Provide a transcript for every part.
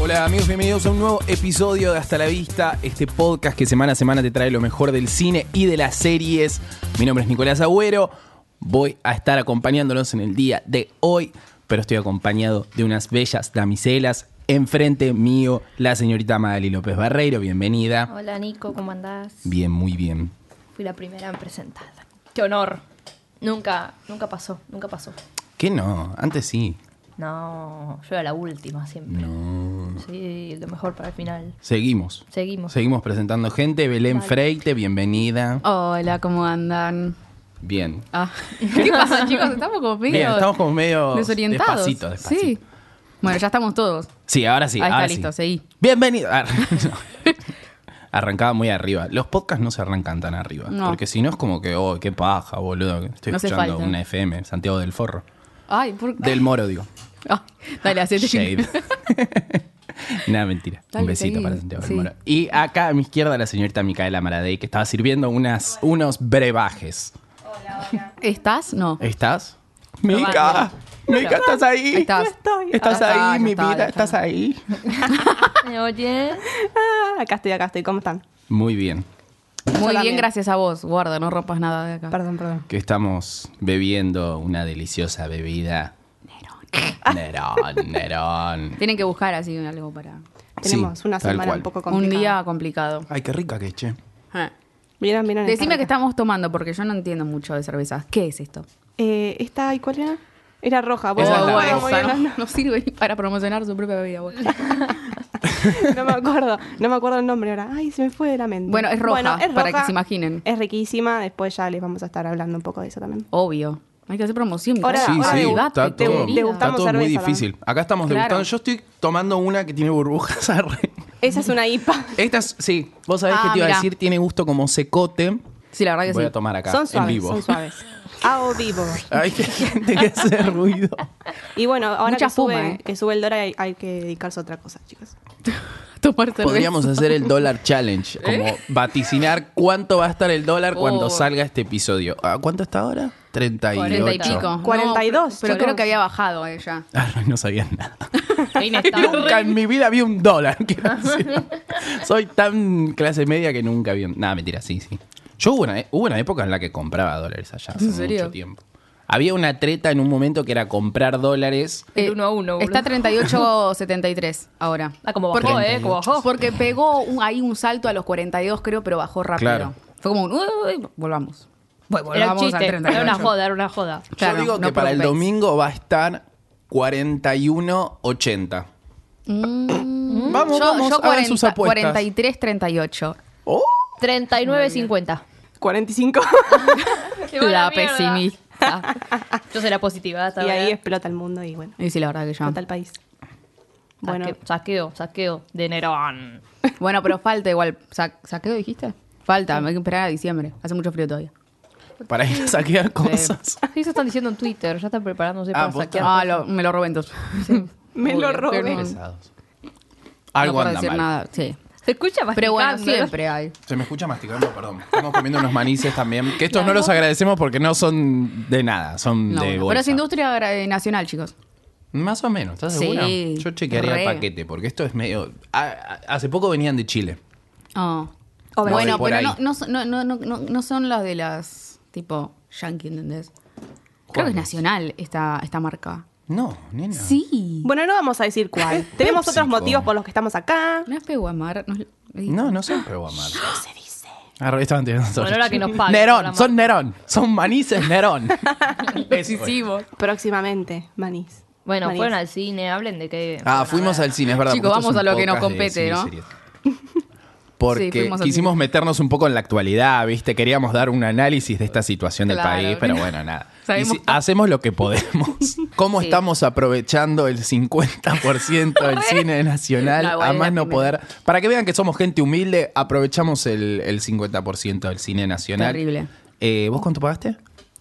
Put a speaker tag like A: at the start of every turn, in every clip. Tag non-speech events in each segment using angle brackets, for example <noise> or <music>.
A: Hola amigos, bienvenidos a un nuevo episodio de Hasta la Vista, este podcast que semana a semana te trae lo mejor del cine y de las series. Mi nombre es Nicolás Agüero, voy a estar acompañándolos en el día de hoy, pero estoy acompañado de unas bellas damiselas. Enfrente mío, la señorita Magali López Barreiro, bienvenida.
B: Hola Nico, ¿cómo andás?
A: Bien, muy bien.
B: Fui la primera en presentarla. ¡Qué honor! Nunca, nunca pasó, nunca pasó.
A: ¿Qué no? Antes sí.
B: No, yo era la última siempre.
A: No.
B: Sí, lo mejor para el final.
A: Seguimos.
B: Seguimos.
A: Seguimos presentando gente. Belén
B: Dale.
A: Freite, bienvenida.
C: Hola, ¿cómo andan?
A: Bien.
C: Ah. <laughs> ¿Qué pasa, chicos? Estamos como medio
A: Bien, estamos como medio
C: desorientados.
A: despacito, despacito.
C: Sí. Bueno, ya estamos todos.
A: Sí, ahora sí.
C: Ahí está,
A: ahora
C: listo,
A: sí.
C: seguí.
A: Bienvenido.
C: <laughs>
A: Ah, no. Arrancaba muy arriba. Los podcasts no se arrancan tan arriba.
C: No.
A: Porque si no es como que, oh, qué paja, boludo. Estoy
C: No hace
A: escuchando
C: falta.
A: una FM, Santiago del Forro.
C: Ay, ¿por qué?
A: Del Moro,
C: <laughs>
A: digo.
C: Ah, dale, hacete.
A: Shade. <laughs> Nada, mentira.
C: Dale,
A: Un besito
C: seguí.
A: para Santiago del
C: Sí.
A: Moro. Y acá a mi izquierda la señorita Micaela Maradei, que estaba sirviendo unas, unos brebajes.
C: ¿Estás? No.
A: ¿Estás? Mica, Mica, ¿estás ahí?
C: Estás.
A: ¿Estás
C: Ah,
A: ahí,
C: ya
A: mi
C: está,
A: vida?
C: ya
A: ¿Estás ahí?
B: ¿Me
C: <laughs>
B: oye?
D: Ah, acá estoy, acá estoy. ¿Cómo están?
A: Muy bien.
C: Muy bien,
D: también.
C: gracias a vos. Guarda, no rompas nada de acá.
D: Perdón, perdón.
A: Que estamos bebiendo una deliciosa bebida. Nerón. Nerón, Nerón.
C: Tienen que buscar así algo para...
D: Tenemos
A: Sí,
D: una
A: tal
D: semana
A: cual.
D: un poco
C: Un
D: complicada.
C: día complicado.
A: Ay, qué rica que es, che.
C: Ah.
D: Vieron, vieron.
C: Decime que
D: está.
C: estamos tomando, porque yo no entiendo mucho de cervezas. ¿Qué es esto?
D: rica. Eh, esta, ¿y cuál era? Era roja. vos
A: Esa
D: no
A: es la
C: Oh,
D: me acuerdo
C: esa,
D: muy bien,
C: no, no sirve ni para promocionar su propia bebida.
D: <laughs>
C: vos.
D: No, no me acuerdo. No me acuerdo el nombre ahora. Ay, se me fue de la mente.
C: Bueno, es roja, para que se imaginen.
D: Es riquísima. Después ya les vamos a estar hablando un poco de eso también.
C: Obvio. Hay que hacer promoción.
D: Ahora-
C: Nicolás.
A: Sí,
D: ahora
A: sí,
D: degustate,
A: está
C: te
A: todo,
C: degustamos
A: está todo muy
D: cerveza,
A: difícil. Acá estamos
C: Claro.
A: degustando. Yo estoy tomando una que tiene burbujas. <laughs> arre.
D: Esa es una IPA.
A: Esta es, sí, vos sabés
C: Ah,
A: que te iba
C: mirá.
A: a decir, tiene gusto como secote.
C: Sí, la verdad que
A: Voy
C: sí.
A: a tomar acá,
D: son
A: en
D: suaves,
A: vivo.
D: son suaves. Ao vivo.
A: Ay, qué gente que hace
C: <laughs>
A: ruido.
D: Y bueno, ahora
C: Mucha
D: que, sube,
C: fuma, eh.
D: que sube el dólar hay, hay que dedicarse a otra cosa, chicos.
C: <laughs> Tomar cerveza.
A: Podríamos hacer el dólar challenge, como vaticinar cuánto va a estar el dólar cuando
C: ¿Eh? Oh.
A: salga este episodio. ¿A cuánto está ahora? 38.
C: 40 y pico. No,
D: 42,
C: pero
D: chicos.
C: creo que había bajado ella.
A: Ah, no sabía nada.
B: Inestable.
A: Nunca en mi vida vi un
C: <laughs>
A: dólar. quiero decir. Soy tan clase media que nunca vi un. Nada, mentira, sí, sí. Yo hubo una, e- hubo una época en la que compraba dólares allá hace
C: ¿En serio?
A: mucho tiempo. Había una treta en un momento que era comprar dólares.
B: El
C: <laughs> Eh,
B: uno a uno, boludo.
C: Está 38.73 ahora.
B: Ah, como bajó,
C: Porque,
B: ¿eh? Como bajó.
C: porque pegó un- ahí un salto a los 42, creo, pero bajó rápido.
A: Claro.
C: Fue como un. "Uy, volvamos. Bueno,
B: Era un
C: volvamos al
B: chiste, era
C: 38.
B: una joda, era una joda.
C: Claro,
A: Yo digo
C: no
A: que para el
C: preocupes.
A: domingo va a estar 41.80. Vamos,
C: Mm. yo,
A: vamos,
C: yo
A: hagan sus
C: 40,
A: apuestas.
C: 43.38.
A: Oh.
C: <laughs>
B: 39.50.
D: 45.
C: La pesimista.
B: Yo soy la positiva, hasta
D: y ahí
B: ahora.
D: explota el mundo y bueno,
C: Y sí, la verdad que ya.
D: explota el país. Bueno,
B: Bueno. Saqueo, saqueo de Nerón.
C: Bueno, pero falta igual. Sa- ¿Saqueo dijiste? Falta, hay que esperar a diciembre. Hace mucho frío todavía.
A: Para ir a saquear cosas.
B: Eh, Eso están diciendo en Twitter, ya están preparándose
A: Ah,
B: para
A: vos
B: saquear.
C: Ah, lo- me lo robé entonces.
D: me lo robé.
C: pero no-
A: Pesados. Algo
C: no puedo
A: anda
C: decir
A: mal. Mm,
C: nada, sí.
B: Se escucha
C: Pero bueno,
B: masticando, ¿no?
C: siempre hay.
A: Se me escucha masticando, perdón. Estamos comiendo unos manices también. Que estos no los agradecemos porque no son de nada, son
C: No,
A: de
C: no.
A: bolsa.
C: pero es industria gra- eh, nacional, chicos.
A: Más o menos, ¿estás
C: Sí,
A: segura? Yo chequearía el
C: re.
A: paquete porque esto es medio. a- a- hace poco venían de Chile.
C: Ah.
A: O de
C: Bueno,
A: por
C: pero
A: ahí.
C: no, no, son- no, no, no, no- no son las de las tipo yankee, ¿entendés? Creo que es
A: ¿Cuáles?
C: nacional esta, esta marca.
A: No, nena.
C: Sí.
D: Bueno, no vamos a decir cuál. Tenemos otros
A: PepsiCo.
D: motivos por los que estamos acá.
C: No es Peguamar. No, es-
A: No, no son peruamar. No se dice. estaban tirando sobre
B: Bueno,
A: Chile.
B: ahora que nos paguen por la
A: Nerón, son
B: marca.
A: Nerón. Son manices Nerón. Eso fue.
C: Decisivos.
D: Próximamente, Manís.
B: Bueno,
D: Manís.
B: fueron al cine, hablen de qué.
A: Ah, fuimos al cine, es verdad.
C: Chicos,
A: porque esto
C: vamos
A: es un
C: a lo que nos
A: podcast de
C: compete,
A: cine y
C: ¿no?
A: series. <laughs> Porque
C: fuimos al
A: quisimos
C: cine.
A: meternos un poco en la actualidad, ¿viste? Queríamos dar un análisis de esta situación del
C: Claro.
A: país, pero
C: <laughs>
A: bueno, nada.
C: Sabemos
A: Y si- hacemos lo que
C: <laughs>
A: podemos. ¿Cómo
B: Sí.
A: estamos aprovechando el 50%
C: <laughs>
A: del cine nacional?
C: La buena
A: a más no
C: primera.
A: poder. Para que vean que somos gente humilde, aprovechamos el, el 50% del cine nacional.
C: Terrible.
A: Eh, ¿Vos cuánto pagaste?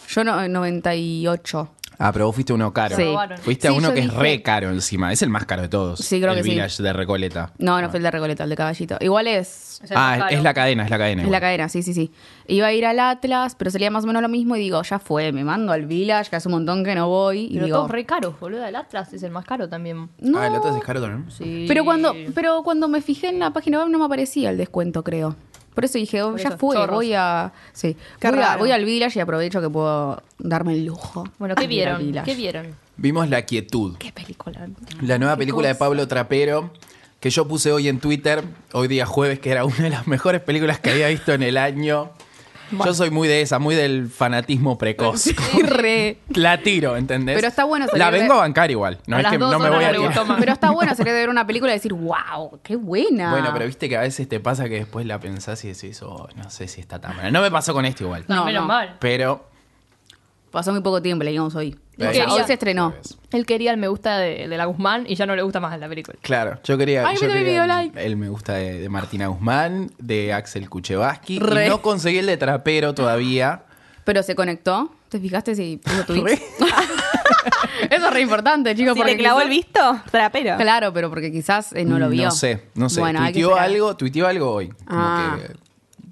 C: Yo no, 98.
A: Ah, pero vos fuiste uno caro.
C: Sí.
A: Fuiste a
C: Sí,
A: uno
C: yo
A: que es
C: dije-
A: re caro encima. Es el más caro de todos.
C: Sí, creo
A: el
C: que sí.
A: Village de Recoleta.
C: No, no fue el de Recoleta, el de Caballito. Igual es.
B: Es el más
A: ah,
B: caro.
A: es la cadena, es la cadena.
C: Es
A: igual.
C: la cadena, sí, sí, sí. Iba a ir al Atlas, pero salía más o menos lo mismo y digo, ya fue, me mando al Village, que hace un montón que no voy. Y
B: Pero
C: digo,
B: todos re caros, boludo. El Atlas es el más caro también.
C: no.
A: Ah, el otro es caro también.
B: Sí.
C: Pero cuando, pero cuando me fijé en la página web no me aparecía el descuento, creo. Por eso dije, oh,
B: Por
C: ya
B: eso,
C: fue,
B: chorros.
C: voy a, sí,
D: Qué
C: voy, a,
D: raro.
C: voy al Village y aprovecho que puedo darme el lujo.
B: Bueno, ¿qué
C: de ir al
B: vieron?
C: Village.
B: ¿Qué vieron?
A: Vimos La Quietud.
C: Qué película.
A: La nueva película de Pablo Trapero, que yo puse hoy en Twitter, hoy día jueves, que era una de las <laughs> mejores películas que había visto en el año. Yo soy muy de esa, muy del fanatismo precoz.
C: Re.
A: La tiro, ¿entendés?
C: Pero está bueno
A: La
C: salir de-
A: vengo a bancar igual. No
B: A
A: es
B: las
A: que
B: dos
A: no me
B: horas
A: voy
B: no
A: a
B: le
A: tirar.
B: gustó más.
C: Pero está bueno sería de ver una película y decir, wow, qué buena.
A: Bueno, pero viste que a veces te pasa que después la pensás y decís, oh, no sé si está tan buena. No me pasó con esto igual.
C: No,
B: menos
C: no.
B: mal.
A: Pero.
C: Pasó muy poco tiempo, le digamos hoy.
A: Yo
C: O sea,
B: quería-
C: hoy se estrenó.
A: Pues,
B: Él quería el me gusta de, de la Guzmán y ya no le gusta más la película.
A: Claro, yo quería,
C: Ay,
A: yo
C: mira, me
A: quería
C: dio
A: el,
C: like.
A: el me gusta de, de Martina Guzmán, de Axel Kuchevaski.
C: Re.
A: Y no conseguí el de trapero todavía.
C: Pero se conectó. ¿Te fijaste si
A: <laughs>
C: puso tweets? <laughs> Eso es re importante, chicos.
D: ¿Si
C: porque
D: le clavó
C: quizás-
D: el visto? Trapero.
C: Claro, pero porque quizás eh, no lo vio.
A: No sé, no sé.
C: Bueno, hay que
A: tuiteó
C: esperar.
A: algo, tuiteó algo hoy. Como
C: Ah.
A: que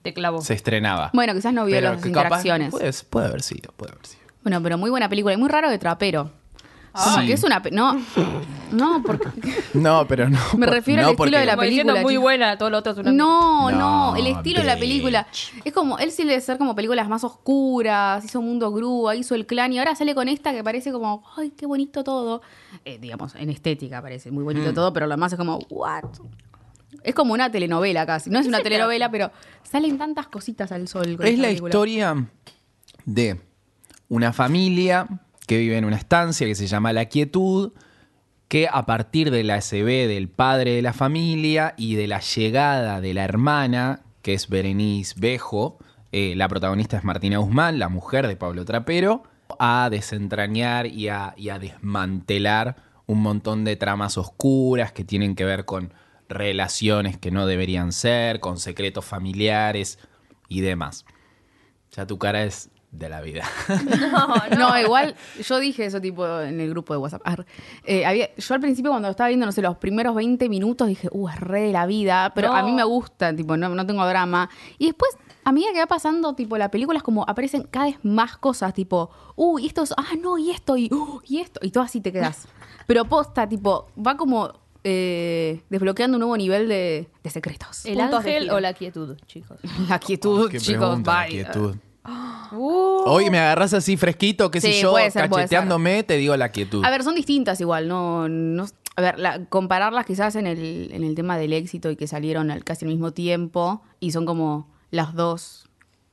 B: Te clavo.
A: se estrenaba.
C: Bueno, quizás no vio
A: Pero
C: las
A: que capaz-
C: interacciones.
A: puede, puede haber sido, puede haber sido.
C: Bueno, pero muy buena película y muy raro de trapero. Como
A: Sí.
C: que es una... pe- No, no, porque...
A: No, pero no.
C: Me
A: por-
C: refiero al
A: no
C: estilo
A: porque-
C: de la
B: Como diciendo,
C: película,
B: muy
C: chico.
B: buena, todo lo otro es una
C: No,
A: No,
C: no, el estilo de la
A: bitch.
C: película. Es como, él sí le hacer como películas más oscuras, hizo Mundo Grúa, hizo El Clan y ahora sale con esta que parece como, ay, qué bonito todo. Eh, digamos, en estética parece muy
A: Mm.
C: bonito todo, pero lo más es como, what? Es como una telenovela casi. No es una telenovela, pero salen tantas cositas al sol. con
A: Es
C: esta
A: la
C: película.
A: historia de una familia que vive en una estancia que se llama La Quietud, que a partir de la SB del padre de la familia y de la llegada de la hermana, que es Berenice Bejo, eh, la protagonista es Martina Guzmán, la mujer de Pablo Trapero, a desentrañar y a, y a desmantelar un montón de tramas oscuras que tienen que ver con relaciones que no deberían ser, con secretos familiares y demás. Ya tu cara es de la vida.
C: <laughs> No, igual yo dije eso tipo en el grupo de WhatsApp. Arre. Eh, había- yo al principio cuando lo estaba viendo, no sé, los primeros 20 minutos dije, uh, es re de la vida, pero
B: No.
C: a mí me gusta, tipo, no, no tengo drama. Y después, a medida que va pasando, tipo, la película es como aparecen cada vez más cosas, tipo, uh, y esto es, ah, no, y esto, y, uh, y esto, y todo así te quedas.
B: <laughs>
C: Pero posta, tipo, va como eh, desbloqueando un nuevo nivel de, de secretos.
B: ¿El
C: Puntos de
B: ángel
C: giro.
B: o la quietud, chicos?
C: <laughs> La quietud, chicos, bye. <gasps> Uh.
A: Hoy me agarras así fresquito, qué sé
C: Sí,
A: yo,
C: puede ser, puede
A: cacheteándome, te digo la quietud.
C: A ver, son distintas igual, no, no a ver, la- compararlas quizás en el, en el tema del éxito y que salieron al, casi al mismo tiempo y son como las dos,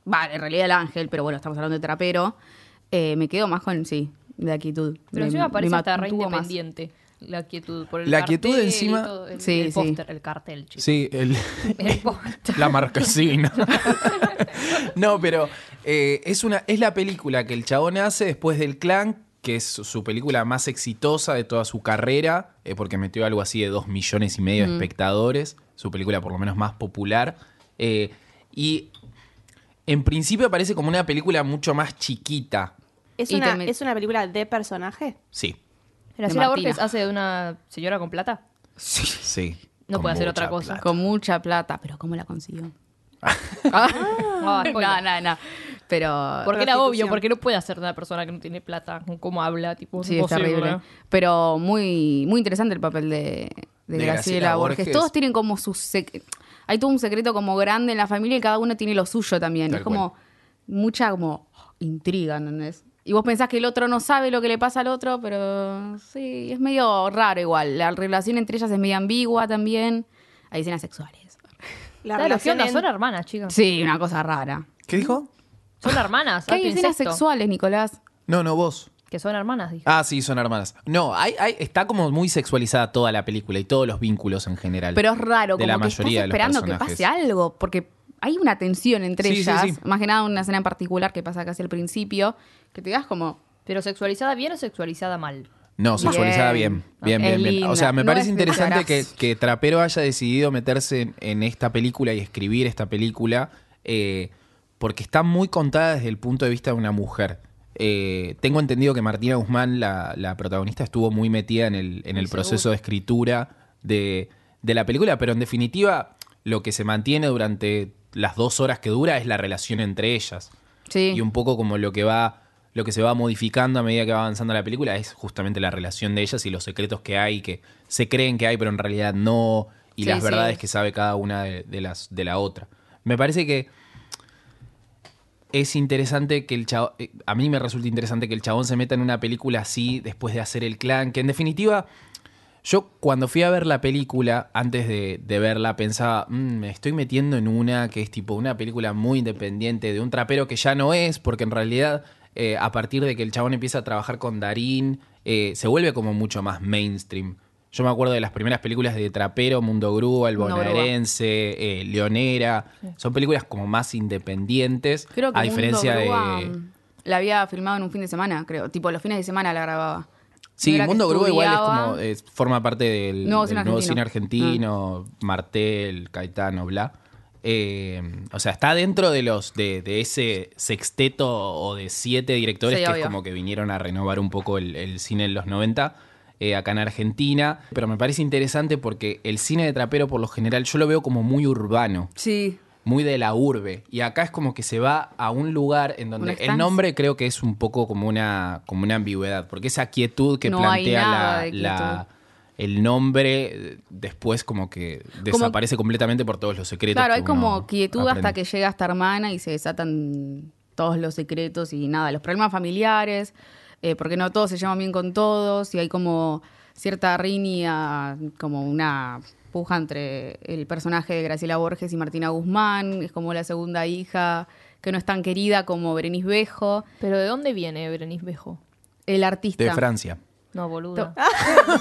C: vale, en realidad el ángel, pero bueno, estamos hablando de trapero, Eh, me quedo más con, sí, de actitud.
B: Pero
C: me,
B: encima parece
C: me
B: hasta re
C: mantuvo más.
B: independiente. La quietud por el
A: La
B: cartel
A: quietud
B: y
A: encima-
B: todo, el,
C: Sí,
B: el
C: sí.
B: póster, el cartel, chicos. <laughs>
A: Sí, el-
B: El póster. <laughs>
A: la marquesina. no, pero eh, es, una, es la película que el chabón hace después del clan, que es su- su película más exitosa de toda su carrera, eh, porque metió algo así de dos millones y medio de espectadores, su película por lo menos más popular. eh, y en principio parece como una película mucho más chiquita.
D: ¿Es
C: Y
D: una,
C: te me-
D: ¿Es una película de personaje?
A: Sí,
B: Graciela
C: Martina.
B: Borges hace de una señora con plata.
A: sí.
B: No
A: con
B: puede hacer
A: mucha
B: otra cosa.
A: plata.
C: Con mucha plata, pero ¿cómo la consiguió?
B: Ah, spoiler.
C: <laughs> no, no, no, pero...
B: Porque era obvio,
D: Ah. Prostitución.
B: porque no puede hacer una persona que no tiene plata, con cómo habla, tipo, es
C: Sí, es
B: imposible.
C: terrible. Pero muy, muy interesante el papel de, de
A: De
C: Graciela,
A: Graciela
C: Borges.
A: Borges.
C: Todos tienen como su sec- Hay todo un secreto como grande en la familia y cada uno tiene lo suyo también.
A: Tal
C: es como mucha como intriga, ¿entendés? Y vos pensás que el otro no sabe lo que le pasa al otro, pero sí, es medio raro igual. La relación entre ellas es medio ambigua también. Hay escenas sexuales.
B: Claro,
D: La
B: ¿qué
D: relación
B: onda?
D: en-
B: Son hermanas, chicas.
C: Sí, una cosa rara.
A: ¿Qué dijo?
B: Son hermanas.
C: ¿Qué hay
B: alto
C: escenas
B: incesto.
C: sexuales, Nicolás?
A: No, no, vos.
B: Que son hermanas, dije.
A: Ah, sí, son hermanas. No, hay, hay- está como muy sexualizada toda la película y todos los vínculos en general.
C: Pero es raro,
A: De
C: como
A: la
C: que estás
A: mayoría de los
C: esperando que
A: personajes.
C: pase algo, porque hay una tensión entre
A: Sí, sí,
C: ellas,
A: sí.
C: más que nada una escena en particular que pasa casi al principio, que te das como...
B: Pero sexualizada bien o sexualizada mal.
A: No, sexualizada bien.
C: Bien.
A: Bien,
C: Es
A: bien, bien. O
C: linda.
A: sea, me
C: No
A: parece
C: es
A: interesante que,
C: desagradable.
A: que Trapero haya decidido meterse en, en esta película y escribir esta película eh, porque está muy contada desde el punto de vista de una mujer. Eh, tengo entendido que Martina Guzmán, la, la protagonista, estuvo muy metida en el, en el
C: Seguro.
A: proceso de escritura de, de la película, pero en definitiva lo que se mantiene durante las dos horas que dura es la relación entre ellas.
C: Sí.
A: Y un poco como lo que va, lo que se va modificando a medida que va avanzando la película es justamente la relación de ellas y los secretos que hay, que se creen que hay, pero en realidad no, y
C: Sí,
A: las
C: sí.
A: verdades que sabe cada una de, de las, de la otra. Me parece que es interesante que el chabón, a mí me resulta interesante que el chabón se meta en una película así después de hacer el clan, que en definitiva... Yo cuando fui a ver la película, antes de, de verla, pensaba, "Mm, me estoy metiendo en una que es tipo una película muy independiente de un trapero que ya no es, porque en realidad eh, a partir de que el chabón empieza a trabajar con Darín, eh, se vuelve como mucho más mainstream. Yo me acuerdo de las primeras películas de Trapero, Mundo Grúa, El
C: Mundo Grúa.
A: Bonaerense, eh, Leonera. Son películas como más independientes,
C: Creo que
A: a
C: Mundo
A: diferencia
C: Grúa,
A: de...
C: mm, La había filmado en un fin de semana, creo. Tipo, los fines de semana la grababa. No
A: Sí,
C: era que
A: Mundo Grúa igual es
C: estudiaba.
A: como eh, es- forma parte del,
C: Nuevo
A: del
C: cine
A: nuevo
C: argentino.
A: cine argentino, Martel, Caetano, bla. Eh, o sea, está dentro de los de, de ese sexteto o de siete directores
C: Sí,
A: que
C: obvio.
A: es como que vinieron a renovar un poco el, el cine en los 90 eh, acá en Argentina. Pero me parece interesante porque el cine de trapero por lo general yo lo veo como muy urbano
C: Sí.
A: muy de la urbe. Y acá es como que se va a un lugar en
C: Una
A: donde el
C: estancia.
A: nombre creo que es un poco como una, como una ambigüedad, porque esa quietud que
C: No hay nada
A: plantea la,
C: de
A: la- el nombre eh, después como que desaparece completamente por todos los secretos.
C: Claro,
A: que
C: hay como
A: uno
C: quietud hasta
A: aprende.
C: que llega esta hermana y se desatan todos los secretos y nada, los problemas familiares, eh, porque no todos se llevan bien con todos y hay como cierta riña, como una puja entre el personaje de Graciela Borges y Martina Guzmán, es como la segunda hija que no es tan querida como Berenice Bejo,
B: Pero ¿de dónde viene Berenice Bejo?
C: el artista.
A: De Francia.
B: No, boludo. <laughs>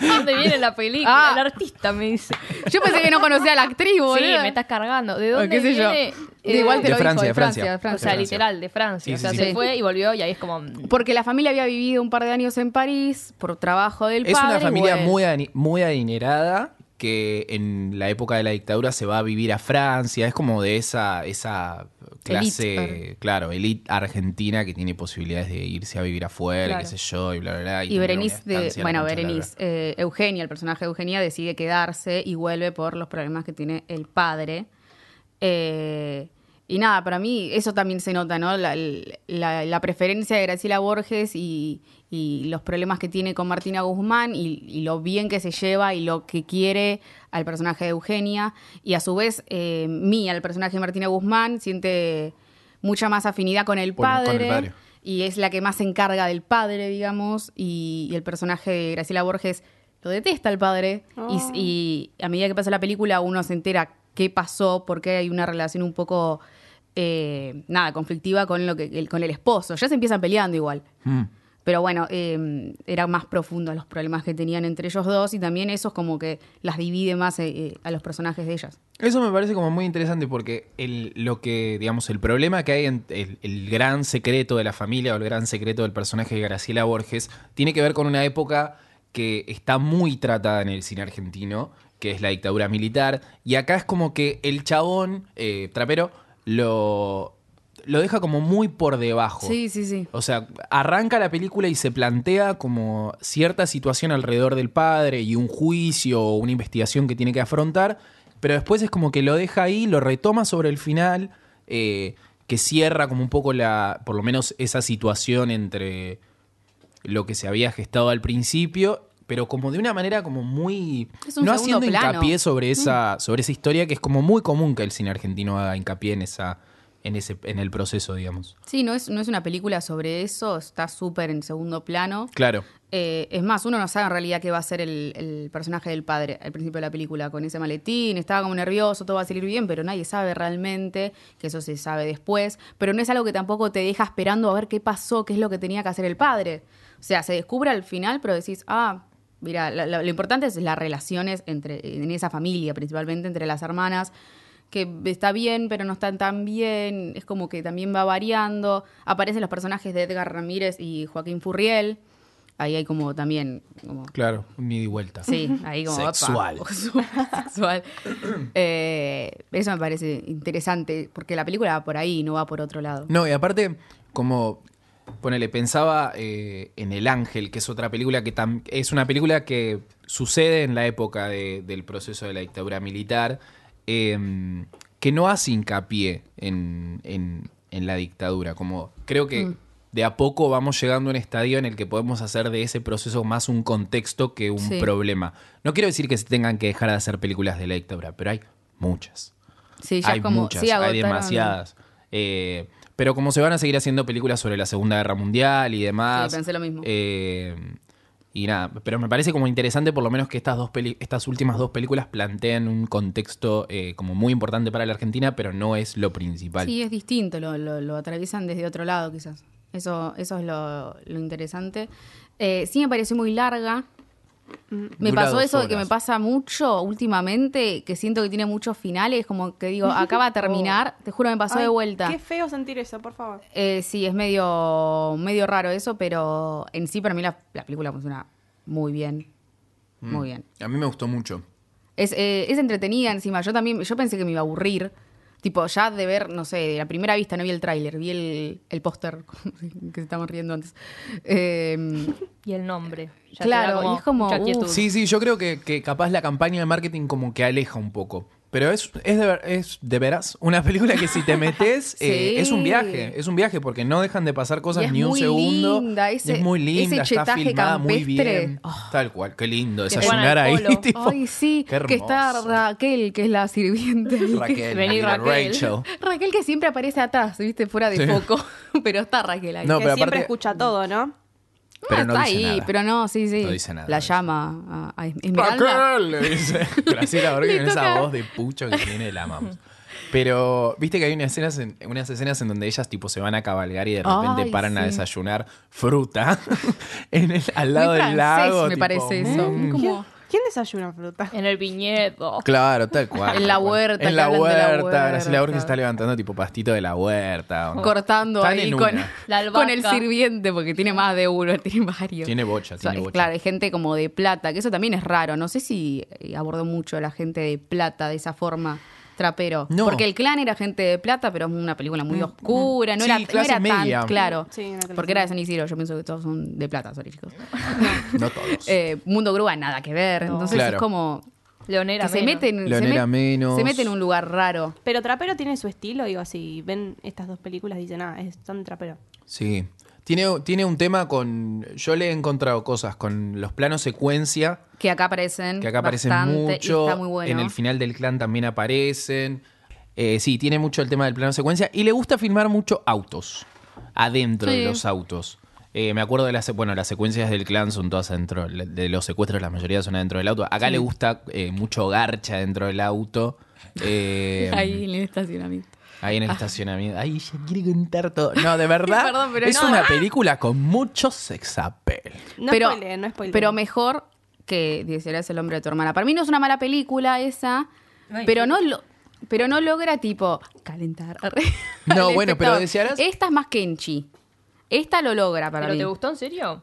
B: ¿De dónde viene la película?
C: Ah.
B: El artista me dice.
C: Yo pensé que no conocía a la actriz, <laughs> boludo.
B: <laughs>
C: Ah,
B: Sí, me estás cargando. ¿De dónde
C: qué sé yo.
B: viene? eh,
C: De igual te
A: De
C: lo dijo,
A: Francia, de
C: de
A: Francia.
C: Francia, de
B: O
C: Francia.
B: sea, literal, de Francia.
A: Sí,
B: o sea,
A: sí,
B: se
C: sí.
B: fue y volvió y ahí es como... mm,
C: Porque la familia había vivido un par de años en París por trabajo del
A: Es
C: padre.
A: una familia
C: bueno.
A: muy, ani- muy adinerada que en la época de la dictadura se va a vivir a Francia. Es como de esa, esa clase,
C: Elite.
A: claro, elite argentina que tiene posibilidades de irse a vivir afuera,
C: Claro.
A: qué sé yo, y bla, bla, bla.
C: Y
A: tener una
C: Berenice, de-
A: estancia en la
C: bueno,
A: concha de la
C: Berenice, eh, Eugenia, el personaje de Eugenia, decide quedarse y vuelve por los problemas que tiene el padre. Eh, y nada, para mí eso también se nota, ¿no? La, la- la preferencia de Graciela Borges y, y los problemas que tiene con Martina Guzmán y, y lo bien que se lleva y lo que quiere al personaje de Eugenia. Y a su vez, eh, Mía, el personaje de Martina Guzmán, siente mucha más afinidad con el
A: Con- con el
C: padre.
A: padre.
C: Y es la que más se encarga del padre, digamos, y, y el personaje de Graciela Borges lo detesta al padre. Y, s- y a medida que pasa la película uno se entera qué pasó, porque hay una relación un poco, eh, nada, conflictiva con, lo que, el- con el esposo. Ya se empiezan peleando igual.
A: Mm.
C: Pero bueno, eh, eran más profundos los problemas que tenían entre ellos dos y también eso es como que las divide más eh, eh, a los personajes de ellas.
A: Eso me parece como muy interesante porque el, lo que, digamos, el problema que hay, en, el, el gran secreto de la familia o el gran secreto del personaje de Graciela Borges, tiene que ver con una época que está muy tratada en el cine argentino, que es la dictadura militar, y acá es como que el chabón, eh, trapero, lo, lo deja como muy por debajo.
C: sí, sí.
A: O sea, arranca la película y se plantea como cierta situación alrededor del padre y un juicio o una investigación que tiene que afrontar, pero después es como que lo deja ahí, lo retoma sobre el final, eh, que cierra como un poco la, por lo menos esa situación entre lo que se había gestado al principio, pero como de una manera como muy...
C: Es un
A: no
C: segundo
A: haciendo
C: plano. Mm.
A: hincapié sobre esa, sobre esa historia, que es como muy común que el cine argentino haga hincapié en, esa, en, ese, en el proceso, digamos.
C: Sí, no es, no es una película sobre eso, está súper en segundo plano.
A: Claro.
C: Eh, es más, uno no sabe en realidad qué va a ser el, el personaje del padre al principio de la película con ese maletín, estaba como nervioso, todo va a salir bien, pero nadie sabe realmente, que eso se sabe después, pero no es algo que tampoco te deja esperando a ver qué pasó, qué es lo que tenía que hacer el padre. O sea, se descubre al final, pero decís, ah, mira, la- la- lo importante es las relaciones entre, en esa familia, principalmente entre las hermanas, que está bien, pero no están tan bien, es como que también va variando, aparecen los personajes de Edgar Ramírez y Joaquín Furriel. Ahí hay como también. Como,
A: Claro, un ida y vuelta.
C: sí, ahí como. opa,
A: Sexual.
C: súper <laughs> sexual. Eh, eso me parece interesante, porque la película va por ahí, no va por otro lado.
A: No, y aparte, como Ponele, pensaba eh, en El Ángel, que es otra película que tam- es una película que sucede en la época de- del proceso de la dictadura militar, eh, que no hace hincapié en, en- en la dictadura. Como creo que
C: Mm.
A: de a poco vamos llegando a un estadio en el que podemos hacer de ese proceso más un contexto que un
C: Sí.
A: problema. No quiero decir que se tengan que dejar de hacer películas de la dictadura, pero hay muchas
C: Sí, ya
A: hay
C: es como.
A: muchas,
C: sí,
A: hay
C: agotaron.
A: demasiadas. Eh, pero como se van a seguir haciendo películas sobre la Segunda Guerra Mundial y demás.
C: Sí, pensé lo mismo.
A: eh, y nada, pero me parece como interesante por lo menos que estas dos peli- estas últimas dos películas plantean un contexto eh, como muy importante para la Argentina, pero no es lo principal.
C: Sí, es distinto, lo, lo- lo atraviesan desde otro lado quizás. Eso, eso es lo, lo interesante. Eh, sí me pareció muy larga. Me
A: Dura
C: pasó
A: dos
C: eso de que
A: horas.
C: me pasa mucho últimamente, que siento que tiene muchos finales, como que digo, acaba de terminar, te juro me pasó
D: Ay,
C: de vuelta.
D: Qué feo sentir eso, por favor.
C: Eh, sí, es medio, medio raro eso, pero en sí para mí la, la película funciona muy bien.
A: Mm.
C: Muy bien.
A: A mí me gustó mucho.
C: Es, eh, es entretenida encima. Yo también, yo pensé que me iba a aburrir. Tipo, ya de ver, no sé, de la primera vista no vi el tráiler, vi el, el póster <laughs> que se estaban riendo antes. Eh,
B: Y el nombre. Ya te
C: Claro,
B: da
C: y es como,
B: mucha
C: uh,
B: quietud.
A: Sí, sí, yo creo que, que capaz la campaña de marketing como que aleja un poco. Pero es, es, de, ver- es de veras una película que si te
C: <laughs>
A: metes eh,
C: Sí.
A: es un viaje, es un viaje porque no dejan de pasar
C: Y
A: cosas
C: es
A: ni un
C: muy
A: segundo.
C: linda,
A: y
C: ese-
A: es muy
C: ese
A: linda, está
C: chetaje
A: filmada muy
C: campestre. Oh.
A: bien. Tal cual, qué lindo
B: Que juegan
A: desayunar
B: al
A: ahí.
B: polo.
A: <laughs> <laughs> tipo,
C: Ay, sí,
A: qué
C: que está
A: hermoso.
C: Raquel, que es la sirviente. ahí, que-
A: <laughs> Raquel,
B: Vení,
A: mira,
B: Raquel.
A: Rachel.
C: Raquel que siempre aparece atrás, viste, fuera de
A: Sí.
C: foco. <laughs> Pero está Raquel ahí.
A: No,
D: que
A: pero
D: siempre
A: aparte-
D: escucha todo, ¿no?
A: Pero
C: Ah,
A: no
C: está
A: dice
C: ahí,
A: nada.
C: pero no, sí, sí.
A: No dice nada, no
C: La
A: dice
C: llama a, a Esmeralda.
A: Raquel, le dice <laughs> Graciela Borges
C: Le
A: con esa
C: toca.
A: voz de pucho que tiene la amamos. Pero viste que hay unas escenas en, unas escenas en donde ellas tipo se van a cabalgar y de repente
C: Ay,
A: paran a
C: sí.
A: desayunar fruta <laughs> en el- al lado
C: Muy
A: del
C: francés,
A: lago.
C: me
A: tipo,
C: parece eso.
A: mm.
C: Como-
D: ¿Quién, quién desayuna fruta?
B: En el viñedo.
A: Claro, tal cual.
C: En la
A: tal cual.
C: huerta,
A: En
C: que
A: la
C: hablan de la
A: huerta.
C: huerta.
A: Graciela Borges está levantando tipo pastito de la huerta. onda.
C: cortando
A: Están
C: ahí
A: en
C: con,
A: una.
B: La albahaca.
C: <laughs> con el sirviente, porque tiene más de uno, <laughs> tiene varios.
A: Tiene bocha,
C: O sea,
A: tiene
C: es-
A: bocha.
C: Claro, hay gente como de plata, que eso también es raro. No sé si eh, abordó mucho a la gente de plata de esa forma, trapero.
A: No.
C: Porque el clan era gente de plata, pero es una película
B: Mm.
C: muy oscura, no
A: Sí,
C: era, no
A: clase
C: era
A: media.
C: tan claro.
D: Sí, era clase
C: porque era de San Isidro, yo pienso que todos son de plata,
A: <laughs>
C: sorry chicos.
A: No todos.
C: Eh, Mundo Grúa nada que ver. Entonces
A: Claro.
C: es como
B: Leonera.
C: que se
B: menos.
C: meten, se,
A: Leonela
C: met-
A: menos.
C: se mete en un lugar raro.
D: Pero Trapero tiene su estilo, digo, si ven estas dos películas dicen, ah, es- son Trapero.
A: Sí. Tiene, tiene un tema con. Yo le he encontrado cosas con los planos secuencia.
C: Que acá aparecen.
A: que acá aparecen
C: bastante, y
A: mucho.
C: está muy bueno.
A: En el final del clan también aparecen. Eh, sí, tiene mucho el tema del plano secuencia. Y le gusta filmar mucho autos. Adentro de
C: Sí.
A: los autos. Eh, me acuerdo de las, sec- bueno, las secuencias del clan son todas adentro. le- De los secuestros, la mayoría son adentro del auto. Acá le gusta eh, mucho garcha dentro del auto. Eh,
C: <laughs> Ahí en el estacionamiento.
A: Ahí en el estacionamiento. Ay, ella quiere contar todo. No,
C: <laughs>
A: de verdad.
C: Perdón, pero
A: es
C: no.
A: una película con mucho sexapel.
D: No spoileen, no spoileen.
C: Pero mejor que Diecieras el hombre de tu hermana. Para mí no es una mala película esa,
B: Ay,
C: pero
B: sí.
C: no lo- pero no logra tipo calentar. al <laughs>
A: No, bueno, pero
C: espectador.
A: Desearás-
C: Esta es más Kenchi. Esta lo logra para
B: ¿Pero
C: mí.
B: te gustó en serio?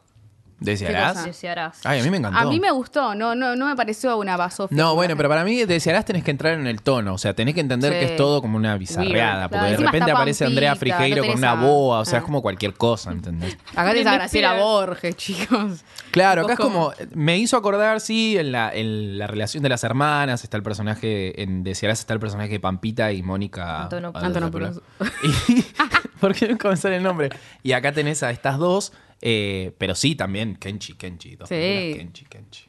A: ¿Desearás?
B: Desearás.
A: Ay, a mí me encantó.
C: A mí me gustó, no, no, no me pareció una basofia.
A: No, bueno, pero para mí desearás tenés que entrar en el tono, o sea, tenés que entender
C: Sí.
A: que es todo como una bizarreada,
C: Weird, claro.
A: porque de
C: Encima
A: repente
C: está
A: aparece Andrea
C: Pampita,
A: Frigeiro con
C: no tenés
A: una
C: a-
A: boa, o sea,
C: Ah.
A: es como cualquier cosa, ¿entendés?
C: Acá tenés a
B: Britney
C: Graciela
B: Spears.
C: Borges, <laughs> chicos.
A: Claro, acá es
C: Vos
A: como, me hizo acordar, sí, en la, en la relación de las hermanas, está el personaje, en Desearás está el personaje de Pampita y Mónica
B: Antonopoulos.
A: Antonopoulos. <laughs> Y- ¿Por qué no comenzar el nombre? Y acá tenés a estas dos, eh, pero sí, también Kenchi, Kenchi, dos
C: Sí.
A: películas, Kenchi, Kenchi.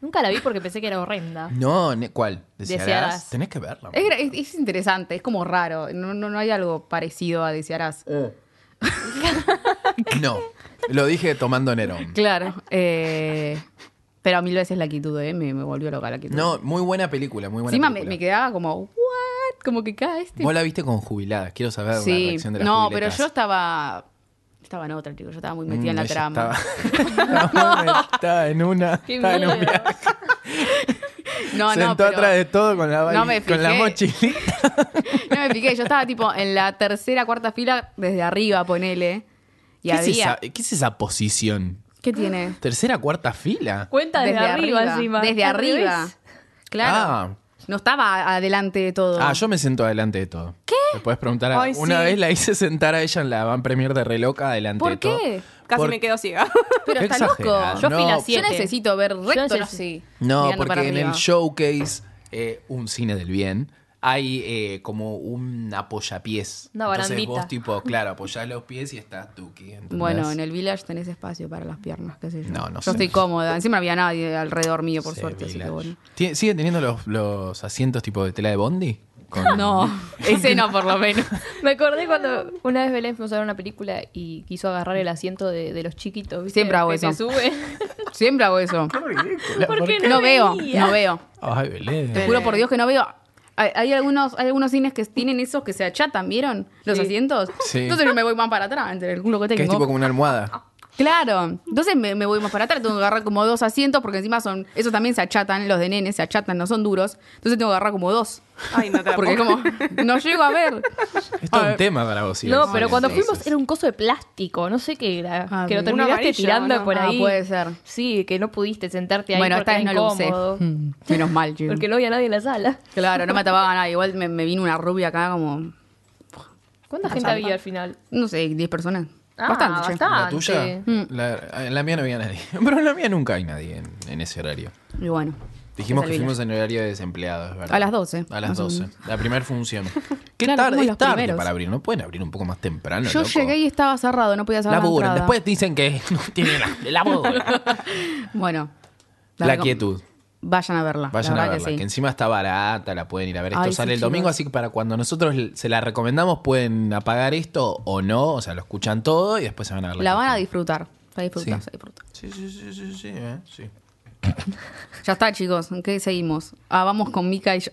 B: Nunca la vi porque pensé que era horrenda.
A: No, ne- ¿cuál? ¿Desearás?
B: Desearás.
A: Tenés que verla.
C: Es, gra- es- es interesante, es como raro. No, no, no hay algo parecido a Desearás.
A: Eh. No, lo dije tomando Nerón.
C: Claro. eh, pero mil veces la actitud, ¿eh? me, me volvió loca la actitud.
A: No, muy buena película, muy buena
C: Encima me,
A: película.
C: me quedaba como, ¿what? Como que cada este.
A: Vos la viste con jubiladas, quiero saber la
C: sí.
A: reacción de las
C: No, pero
A: jubiletas.
C: yo estaba. Estaba en otra, chicos. Yo estaba muy metida en
A: Mm,
C: la
A: ella
C: trama.
A: Estaba, estaba muy metida en una.
B: Qué
A: estaba en un
B: miedo.
A: viaje.
C: <laughs> No,
A: Sentó
C: no. Pero,
A: atrás de todo con la,
C: No me
A: con la
C: fijé.
A: mochilita.
C: <laughs> No me piqué. Yo estaba tipo en la tercera, cuarta fila, desde arriba, ponele. Y
A: ¿Qué es, esa,
C: había.
A: ¿Qué es esa posición?
C: ¿Qué tiene?
A: ¿Tercera, cuarta fila?
B: Cuenta desde, arriba, encima.
C: Desde
B: Al
C: arriba.
B: revés.
C: Claro.
A: Ah,
C: No estaba adelante de todo.
A: Ah, yo me siento adelante de todo. ¿Qué? Me puedes preguntar. A...
D: Ay,
A: Una
D: sí.
A: vez la hice sentar a ella en la van premier de reloca adelante
C: ¿Por
A: de todo.
C: qué?
D: Casi
A: Por-
D: me quedo ciega.
C: Pero está
A: Exagerado.
C: loco.
B: Yo
A: No,
B: fui la
A: yo
C: Yo
B: siete.
C: necesito ver
B: Yo
C: recto
B: necesito-
C: así.
A: No,
C: mirando para
A: porque en el
C: arriba.
A: showcase, eh, un cine del bien, hay eh, como un apoyapiés.
B: Una
A: Entonces
B: barandita.
A: vos, tipo, claro, apoyás los pies y estás tuki. ¿entendés?
C: Bueno, en el village tenés espacio para las piernas, qué sé yo.
A: No, no
C: yo
A: sé.
C: estoy cómoda. Encima no había nadie alrededor mío, por
A: Sí,
C: suerte. Así que
A: Village.
C: bueno.
A: ¿Tie- ¿Siguen teniendo los, los asientos tipo de tela de bondi? Con-
C: <laughs>
A: <laughs>
C: No, ese no, por lo menos.
B: Me acordé cuando una vez Belén fuimos a ver una película y quiso agarrar el asiento de, de los chiquitos. ¿viste?
C: Siempre hago
B: Que se
C: eso.
B: sube.
C: Siempre hago eso.
B: ¿Por qué
C: No veo,
B: veía?
C: no veo.
A: Ay, Belén.
C: Te juro por Dios que no veo. Hay, hay algunos, hay algunos cines que tienen esos que se achatan, ¿vieron? Los asientos.
A: Sí.
C: Entonces yo me voy más para atrás, entre el culo que <laughs> tengo.
A: Que es tipo como una almohada.
C: Claro. Entonces me, me voy más para atrás, tengo que agarrar como dos asientos, porque encima son, esos también se achatan, los de nene se achatan, no son duros. Entonces tengo que agarrar como dos.
D: Ay, no te la
C: Porque
D: puedo
C: como no llego a ver.
A: Es todo un tema para vos. ir al
B: No,
A: cine,
B: pero cuando
A: entonces.
B: fuimos era un coso de plástico, no sé qué era.
C: Ah,
B: que lo
C: bien.
B: terminaste
D: Un amarillo,
B: tirando
D: ¿no?
B: por
C: Ah,
B: ahí.
C: puede ser.
B: Sí, que no pudiste sentarte ahí
C: bueno,
B: porque
C: esta vez
B: era
C: no lo usé.
B: incómodo.
C: Mm, <laughs> Menos mal, Jim.
B: Porque no había nadie en la
C: <laughs>
B: sala.
C: Claro, no me tapaba nada. Igual me, me vino una rubia acá como,
B: ¿Cuánta gente había al final?
C: no sé, 10 personas.
B: Ah,
C: bastante, che.
B: bastante.
A: ¿La tuya?
C: Mm.
A: La- en la mía no había nadie. <laughs> Pero en la mía nunca hay nadie en- en ese horario.
C: Y bueno.
A: Dijimos
C: es
A: que
C: el
A: fuimos en horario de desempleados, ¿verdad?
C: A las 12,
A: A las
C: más o
A: 12. La primera función.
C: <laughs>
A: Qué
C: Claro,
A: tarde,
C: fuimos
A: es
C: los
A: tarde
C: primeros.
A: para abrir. ¿No pueden abrir un poco más temprano?
C: Yo
A: loco?
C: llegué y estaba cerrado, no podía saber
A: Laburan.
C: la entrada.
A: Después dicen que <laughs> no tienen la,
C: <laughs>
A: laburan.
C: Bueno.
A: La
C: verdad que-
A: quietud.
C: Vayan a verla.
A: Vayan
C: la
A: a
C: verdad
A: verla, que,
C: que sí.
A: encima está barata, la pueden ir a ver. Esto
C: Ay,
A: sale
C: sí,
A: el domingo,
C: chicos.
A: así que para cuando nosotros se la recomendamos pueden apagar esto o no, o sea, lo escuchan todo y después se van a ver la
C: La van a
A: quietud.
C: disfrutar. La disfrutan,
A: Sí.
C: se disfrutan.
A: Sí, sí, sí, sí, sí, eh, sí.
C: Ya está, chicos. ¿En qué seguimos? Ah, vamos con Mika y yo.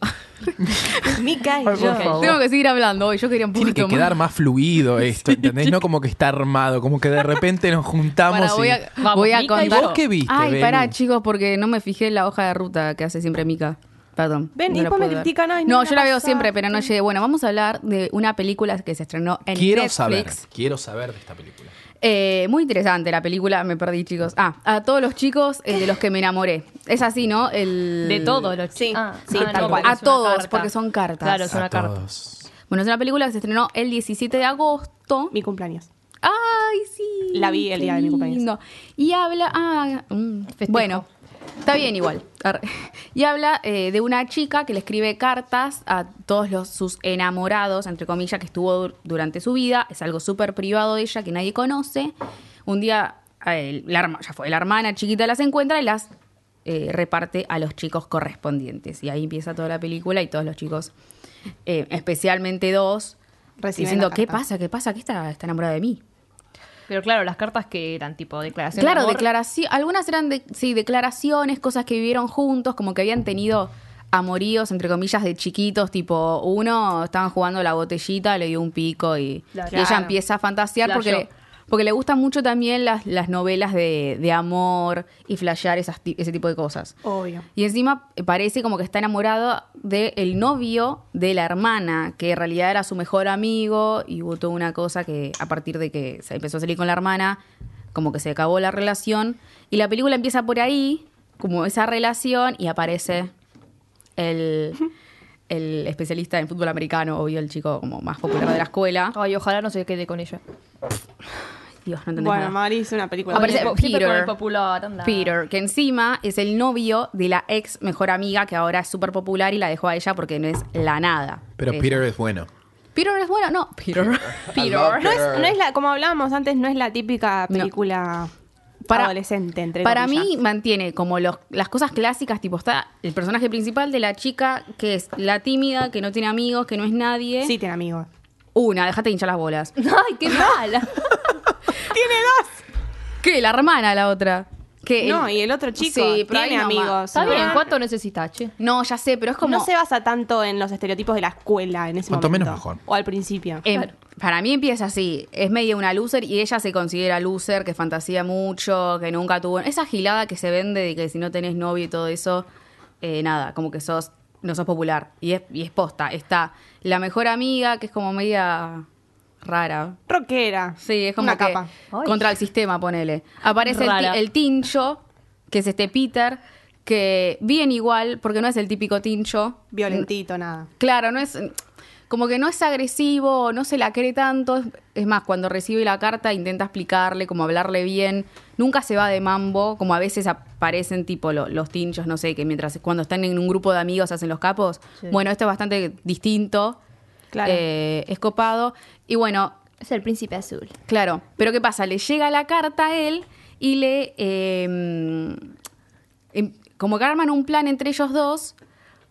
C: <laughs>
D: Mica
B: Ay,
D: y
B: por
D: yo.
B: favor.
C: Tengo que seguir hablando hoy. Yo quería un
A: Tiene
C: poquito
A: que quedar más
C: <laughs>
A: fluido esto, ¿entendés? No como que está armado, como que de repente nos juntamos
C: Para,
A: y...
C: voy a,
B: Vamos,
C: voy a
B: Mica y
C: contar.
B: yo. ¿Vos
A: qué viste,
C: Ay,
A: Belu?
C: pará, chicos, porque no me fijé en la hoja de ruta que hace siempre Mika. Perdón.
D: Ven,
C: no
D: y
C: la
D: después me
C: puedo ver.
D: critican, ay, no
C: no,
D: la
C: yo la veo
D: pasaste.
C: siempre, pero no llegué. Bueno, vamos a hablar de una película que se estrenó en
A: quiero
C: Netflix.
A: saber, quiero saber de esta película.
C: Eh, muy interesante la película, me perdí, chicos. Ah, a todos los chicos eh, de los que me enamoré. Es así, ¿no? El...
B: De todos los
D: Sí,
B: chicos.
C: Ah,
D: sí, tal
B: Ah, no,
D: cual.
B: porque
C: A
B: es una
C: todos,
B: carta.
C: porque son cartas.
B: Claro, es
A: A
B: una carta.
A: todos.
C: Bueno, es una película que se estrenó el 17 de agosto.
D: Mi cumpleaños.
C: Ay, sí.
D: La vi el
C: qué
D: día de mi cumpleaños.
C: lindo. Y habla. Ah, mm,
B: Festejo.
C: bueno, está bien igual. Arre. <laughs> Y habla eh, de una chica que le escribe cartas a todos los, sus enamorados, entre comillas, que estuvo dur- durante su vida. Es algo súper privado de ella que nadie conoce. Un día, eh, la, herma- ya fue, la hermana chiquita las encuentra y las eh, reparte a los chicos correspondientes. Y ahí empieza toda la película y todos los chicos, eh, especialmente dos,
D: Reciben
C: diciendo:
D: la
C: ¿Qué
D: carta".
C: pasa? ¿Qué pasa? ¿Qué está, está enamorada de mí?
B: Pero claro, las cartas que eran tipo declaración.
C: Claro,
B: de amor,
C: declaraci- Algunas eran de- sí, declaraciones, cosas que vivieron juntos, como que habían tenido amoríos, entre comillas, de chiquitos, tipo uno, estaban jugando a la botellita, le dio un pico y,
B: Claro.
C: y ella empieza a fantasear porque
B: Flashó.
C: le, porque le gustan mucho también las, las novelas de, de amor y flashear esas ti- ese tipo de cosas.
D: Obvio.
C: Y encima eh, parece como que está enamorado del novio de la hermana, que en realidad era su mejor amigo, y hubo toda una cosa que a partir de que se empezó a salir con la hermana, como que se acabó la relación. Y la película empieza por ahí, como esa relación, y aparece el, el especialista en fútbol americano, obvio, el chico como más popular de la escuela.
B: Ay, ojalá no se quede con ella.
C: Dios, no entendés
D: Bueno,
C: nada.
D: Mari hizo una película.
C: Aparece
B: Siempre con
C: Peter.
B: el popular, anda.
C: Peter, que encima es el novio de la ex mejor amiga que ahora es súper popular y la dejó a ella porque no es la nada.
A: Pero
C: Es-
A: Peter es bueno.
C: Peter es bueno, no, <laughs>
D: <laughs>
C: Peter.
D: No es, no es la, como hablábamos antes, no es la típica película
C: Para-
D: adolescente, entre
C: Para
D: comillas.
C: mí mantiene como los- las cosas clásicas, tipo está el personaje principal de la chica que es la tímida, que no tiene amigos, que no es nadie.
D: Sí, tiene amigos.
C: Una, déjate hinchar las bolas.
B: <laughs> Ay, qué
C: <laughs>
B: mala.
D: ¡Tiene dos!
C: ¿Qué? La hermana, la otra. Que
D: No,
C: el-
D: y el otro chico
C: Sí, pero ahí
D: tiene
C: nomás.
D: amigos.
B: Está
D: ¿no?
B: bien, ¿cuánto necesitas, che?
C: No, ya sé, pero es como...
D: No se basa tanto en los estereotipos de la escuela en ese
A: Cuanto
D: momento.
A: menos mejor.
D: O al principio.
C: Eh, Para mí empieza así, es medio una loser y ella se considera loser, que fantasía mucho, que nunca tuvo... Esa gilada que se vende de que si no tenés novio y todo eso, eh, nada, como que sos no sos popular. Y es, y es posta. Está la mejor amiga, que es como media rara.
D: Rockera.
C: Sí, es como
D: Una
C: que
D: capa.
C: contra el sistema, ponele. Aparece el, ti-
B: Rara.
C: el tincho, que es este Peter, que bien igual, porque no es el típico tincho.
D: Violentito, nada.
C: Claro, no es. Como que no es agresivo, no se la cree tanto. Es- Es más, cuando recibe la carta intenta explicarle, como hablarle bien. Nunca se va de mambo, como a veces aparecen tipo lo- los tinchos, no sé, que mientras cuando están en un grupo de amigos hacen los capos. Bueno, esto es bastante distinto.
D: Claro.
C: Eh, es copado. Y bueno,
B: Es el príncipe azul.
C: Claro, pero ¿qué pasa? Le llega la carta a él y le... eh, em- como que arman un plan entre ellos dos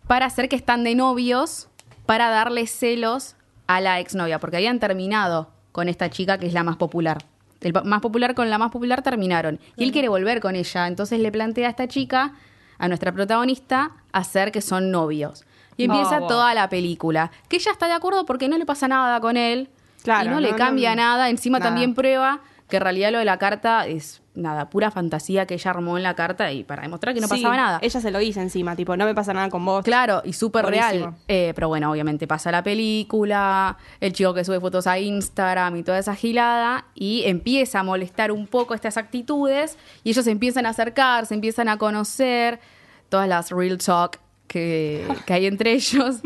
C: para hacer que están de novios, para darle celos a la exnovia, porque habían terminado con esta chica que es la más popular. El pa- más popular con la más popular terminaron. Y él quiere volver con ella, entonces le plantea a esta chica, a nuestra protagonista, hacer que son novios. Y empieza
B: Bobo.
C: toda la película, que ella está de acuerdo porque no le pasa nada con él,
D: Claro,
C: y no, le
D: no,
C: cambia
D: no,
C: nada. Encima
D: nada.
C: también prueba que en realidad lo de la carta es nada, pura fantasía que ella armó en la carta y para demostrar que no
D: Sí,
C: pasaba nada.
D: Ella se lo dice encima, tipo, no me pasa nada con vos.
C: Claro, y súper real.
D: Buenísimo.
C: Eh, pero bueno, obviamente pasa la película, el chico que sube fotos a Instagram y toda esa gilada, y empieza a molestar un poco estas actitudes, y ellos empiezan a acercar, se empiezan a conocer, todas las real talk
D: <laughs>
C: que, que hay entre ellos.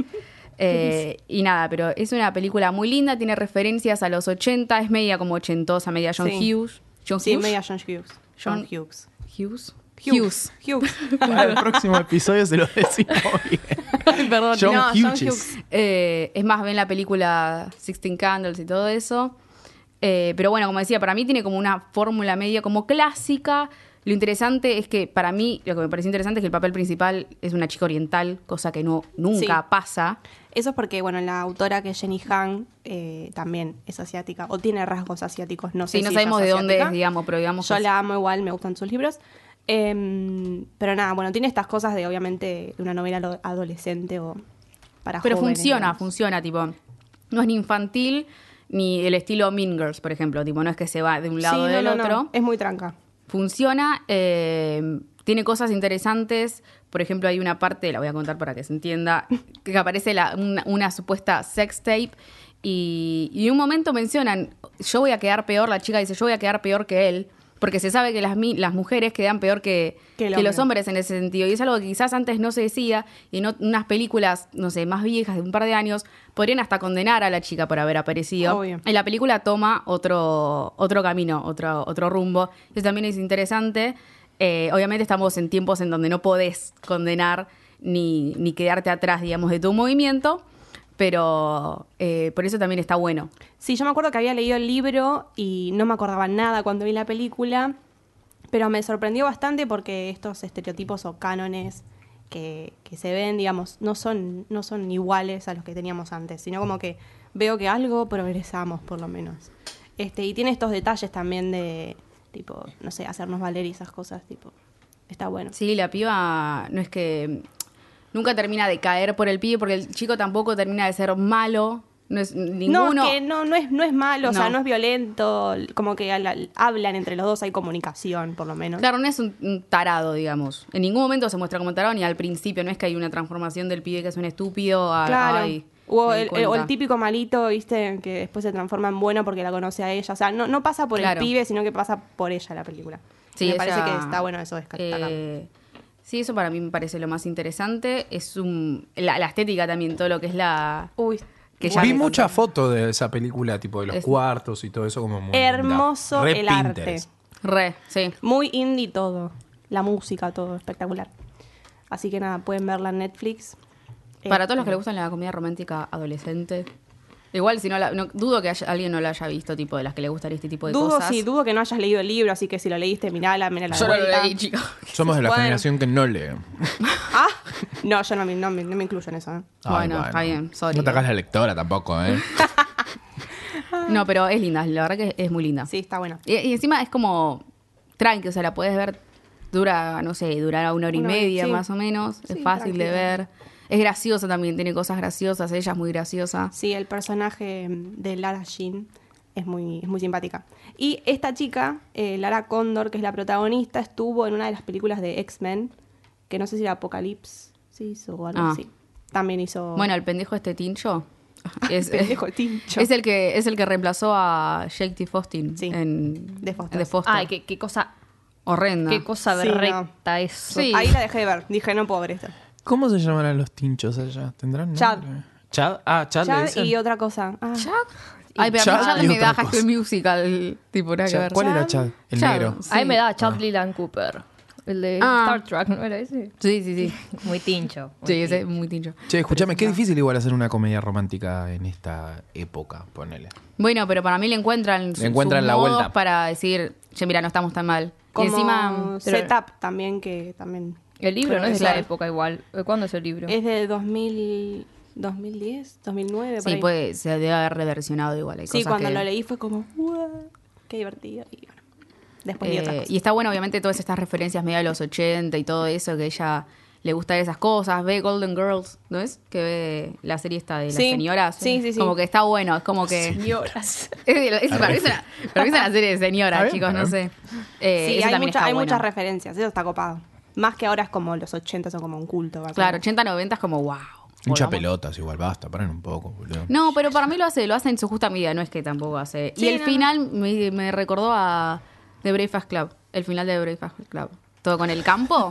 C: Eh, y nada, pero es una película muy linda, tiene referencias a los 80, es media como ochentosa, media John
D: Sí.
C: Hughes. John
D: Sí,
C: Hughes.
D: media John Hughes. John
C: John-
D: Hughes.
C: Hughes.
D: Hughes. Hughes.
A: Para el próximo episodio se lo decimos bien.
C: <laughs> Perdón,
A: John
D: no, John
A: Hughes.
D: Hughes.
C: Eh, es más, ven la película Sixteen Candles y todo eso. Eh, pero bueno, como decía, para mí tiene como una fórmula media como clásica. Lo interesante es que para mí, lo que me pareció interesante es que el papel principal es una chica oriental, cosa que no nunca
D: Sí.
C: pasa.
D: Eso es porque, bueno, la autora que es Jenny Han eh, también es asiática o tiene rasgos asiáticos. No sé
C: Sí, no
D: si
C: sabemos
D: ella es
C: de dónde
D: asiática.
C: es, digamos, pero digamos
D: Yo
C: que-
D: la amo igual, me gustan sus libros. Em, pero nada, bueno, tiene estas cosas de, obviamente, de una novela lo- adolescente o para
C: Pero
D: jóvenes,
C: funciona,
D: digamos.
C: funciona, tipo. No es ni infantil ni el estilo Mean Girls, por ejemplo. Tipo, no es que se va de un lado
D: Sí, no,
C: del
D: no, no,
C: otro.
D: Es muy tranca.
C: funciona, eh, tiene cosas interesantes. Por ejemplo, hay una parte, la voy a contar para que se entienda, que aparece la- una, una supuesta sex tape y, y en un momento mencionan, yo voy a quedar peor, la chica dice, yo voy a quedar peor que él, porque se sabe que las, mi- las mujeres quedan peor que,
D: Que el
C: que los
D: hombre.
C: hombres hombres en ese sentido. Y es algo que quizás antes no se decía. Y en ot- unas películas, no sé, más viejas, de un par de años, podrían hasta condenar a la chica por haber aparecido.
D: Obvio.
C: En la película toma otro, otro camino, otro, otro rumbo. Eso también es interesante. Eh, obviamente estamos en tiempos en donde no podés condenar ni, ni quedarte atrás, digamos, de tu movimiento. Pero eh, por eso también está bueno.
D: Sí, yo me acuerdo que había leído el libro y no me acordaba nada cuando vi la película, pero me sorprendió bastante porque estos estereotipos o cánones que, que se ven, digamos, no son, no son iguales a los que teníamos antes, sino como que veo que algo progresamos por lo menos. Este, y tiene estos detalles también de, tipo, no sé, hacernos valer y esas cosas, tipo, está bueno.
C: Sí, la piba no es que nunca termina de caer por el pibe porque el chico tampoco termina de ser malo. No es ninguno.
D: No, es que no, no, es, no es malo, o sea,
C: No.
D: no es violento, como que al- hablan entre los dos, hay comunicación por lo menos.
C: Claro, no es un, un tarado, digamos. En ningún momento se muestra como tarado ni al principio. No es que hay una transformación del pibe que es un estúpido a.
D: Claro.
C: ay,
D: o,
C: me di
D: el, el- o el
C: cuenta.
D: típico malito, viste, que después se transforma en bueno porque la conoce a ella. O sea, no, no pasa por
C: Claro.
D: el pibe, sino que pasa por ella la película.
C: Sí,
D: me
C: ella-
D: parece que está bueno eso destacar.
C: Eh, sí, eso para mí me parece lo más interesante. Es un. La, la estética también, todo lo que es la.
D: Uy,
C: que ya
E: Vi
C: me
E: muchas
C: contó.
E: fotos de esa película, tipo de los
C: Es-
E: cuartos y todo eso, como muy linda.
D: hermoso
E: Re
D: el <laughs>
E: Pinterest.
D: arte.
C: Re, sí.
D: Muy indie todo. La música, todo, espectacular. Así que nada, pueden verla en Netflix.
C: Para todos los que
D: Este.
C: les gustan la comida romántica adolescente. Igual, si no, la- no- dudo que haya- alguien no la haya visto, tipo, de las que le gustan este tipo de
D: Dudo,
C: cosas.
D: sí, dudo que no hayas leído el libro, así que si lo leíste, mirala, mirala. de
C: Yo no lo
D: vuelta.
C: leí, chicos.
E: Somos de la
D: Bueno.
E: generación que no lee.
D: Ah, <laughs> no, yo no, me- no me- no me incluyo en eso. ¿eh?
E: Ay,
C: <laughs> Bueno, está bien, sorry.
E: No atacás la lectora tampoco, ¿eh?
C: No, pero es linda, la verdad que es muy linda.
D: Sí, está bueno.
C: Y, y encima es como tranqui, o sea, la puedes ver, dura, no sé, durará una hora y
D: Una hora,
C: media
D: sí.
C: más o menos, es
D: Sí,
C: fácil de ver.
D: tranquila.
C: Es graciosa también, tiene cosas graciosas, ella es muy graciosa.
D: Sí, el personaje mm, de Lara Jean es muy, es muy simpática. Y esta chica, eh, Lara Condor, que es la protagonista, estuvo en una de las películas de X-Men, que no sé si era Apocalipsis o algo
C: Ah.
D: así. También hizo...
C: Bueno, el pendejo este
D: <laughs>
C: tincho. Es, eh,
D: pendejo tincho.
C: Es el que, es el que reemplazó a Jake T. Fostin
D: Sí,
C: en
D: de Foster.
C: de
B: Ay, qué, qué cosa
C: Horrenda.
B: Qué cosa
D: Sí,
B: berreta eso.
C: Sí.
D: Ahí la dejé de ver. Dije, no puedo ver esto.
E: ¿Cómo se llamarán los tinchos allá? ¿Tendrán
D: Chad.
E: nombre? Chad. Ah, Chad, le
D: Chad
E: dicen.
D: y otra cosa. Ah.
C: Ay, pero a
E: Chad
C: mí Chad
E: y
C: me
E: otra
C: da
E: cosa.
C: High School Musical, tipo, nada que
E: Chad.
C: ver.
E: ¿Cuál era Chad? El negro.
C: sí.
B: Ahí me da Chad Leland Cooper. El de
C: Ah.
B: Star Trek, ¿no era ese? <laughs>
C: Sí, sí, sí.
B: Muy tincho. muy
C: Sí, ese es
B: tincho.
C: muy tincho.
E: Che, escúchame, qué difícil igual hacer una comedia romántica en esta época, ponele.
C: Bueno, pero para mí le encuentran, su-
E: encuentran
C: sus
E: la
C: modos
E: vuelta.
C: para decir, che, mira, no estamos tan mal.
D: Como
C: y encima,
B: pero-
D: Setup también, que también
B: El libro
D: Pero
B: no es de
D: claro.
B: la época igual. ¿De ¿Cuándo es el libro?
C: Eh.
D: es de 2000, 2010, 2009. por
C: sí,
D: ahí.
C: puede, se debe haber reversionado igual. Hay
D: Sí,
C: cosas
D: cuando
C: que-
D: lo leí fue como, "What? qué divertido. Y bueno, después vi
C: Eh,
D: otras cosas.
C: y está bueno, obviamente, todas estas referencias medio de los 80 y todo eso, que ella le gusta esas cosas. Ve Golden Girls, ¿no es? Que ve la serie esta de las
D: Sí.
C: señoras.
D: Sí, sí, sí.
C: Como que está bueno, es como que.
D: <laughs>
B: Señoras.
C: Es de lo- es- para, mí es una, para mí es una serie de señoras,
E: Está bien,
C: chicos,
E: está
C: no sé.
E: bien.
C: <laughs> Eh,
D: sí,
C: eso
D: hay,
C: también
D: mucha-
C: está
D: hay
C: bueno.
D: muchas referencias, eso está copado. Más que ahora es como los 80 son como un culto. básicamente.
C: Claro, 80, 90 es como wow.
E: Muchas
C: volvamos.
E: pelotas, igual, basta, paren un poco, boludo.
C: No, pero para mí lo hace, lo hace en su justa medida, no es que tampoco hace.
D: Sí,
C: y el
D: no,
C: final me, me recordó a The Breakfast Club, el final de The Breakfast Club. Todo con el campo.
D: <laughs>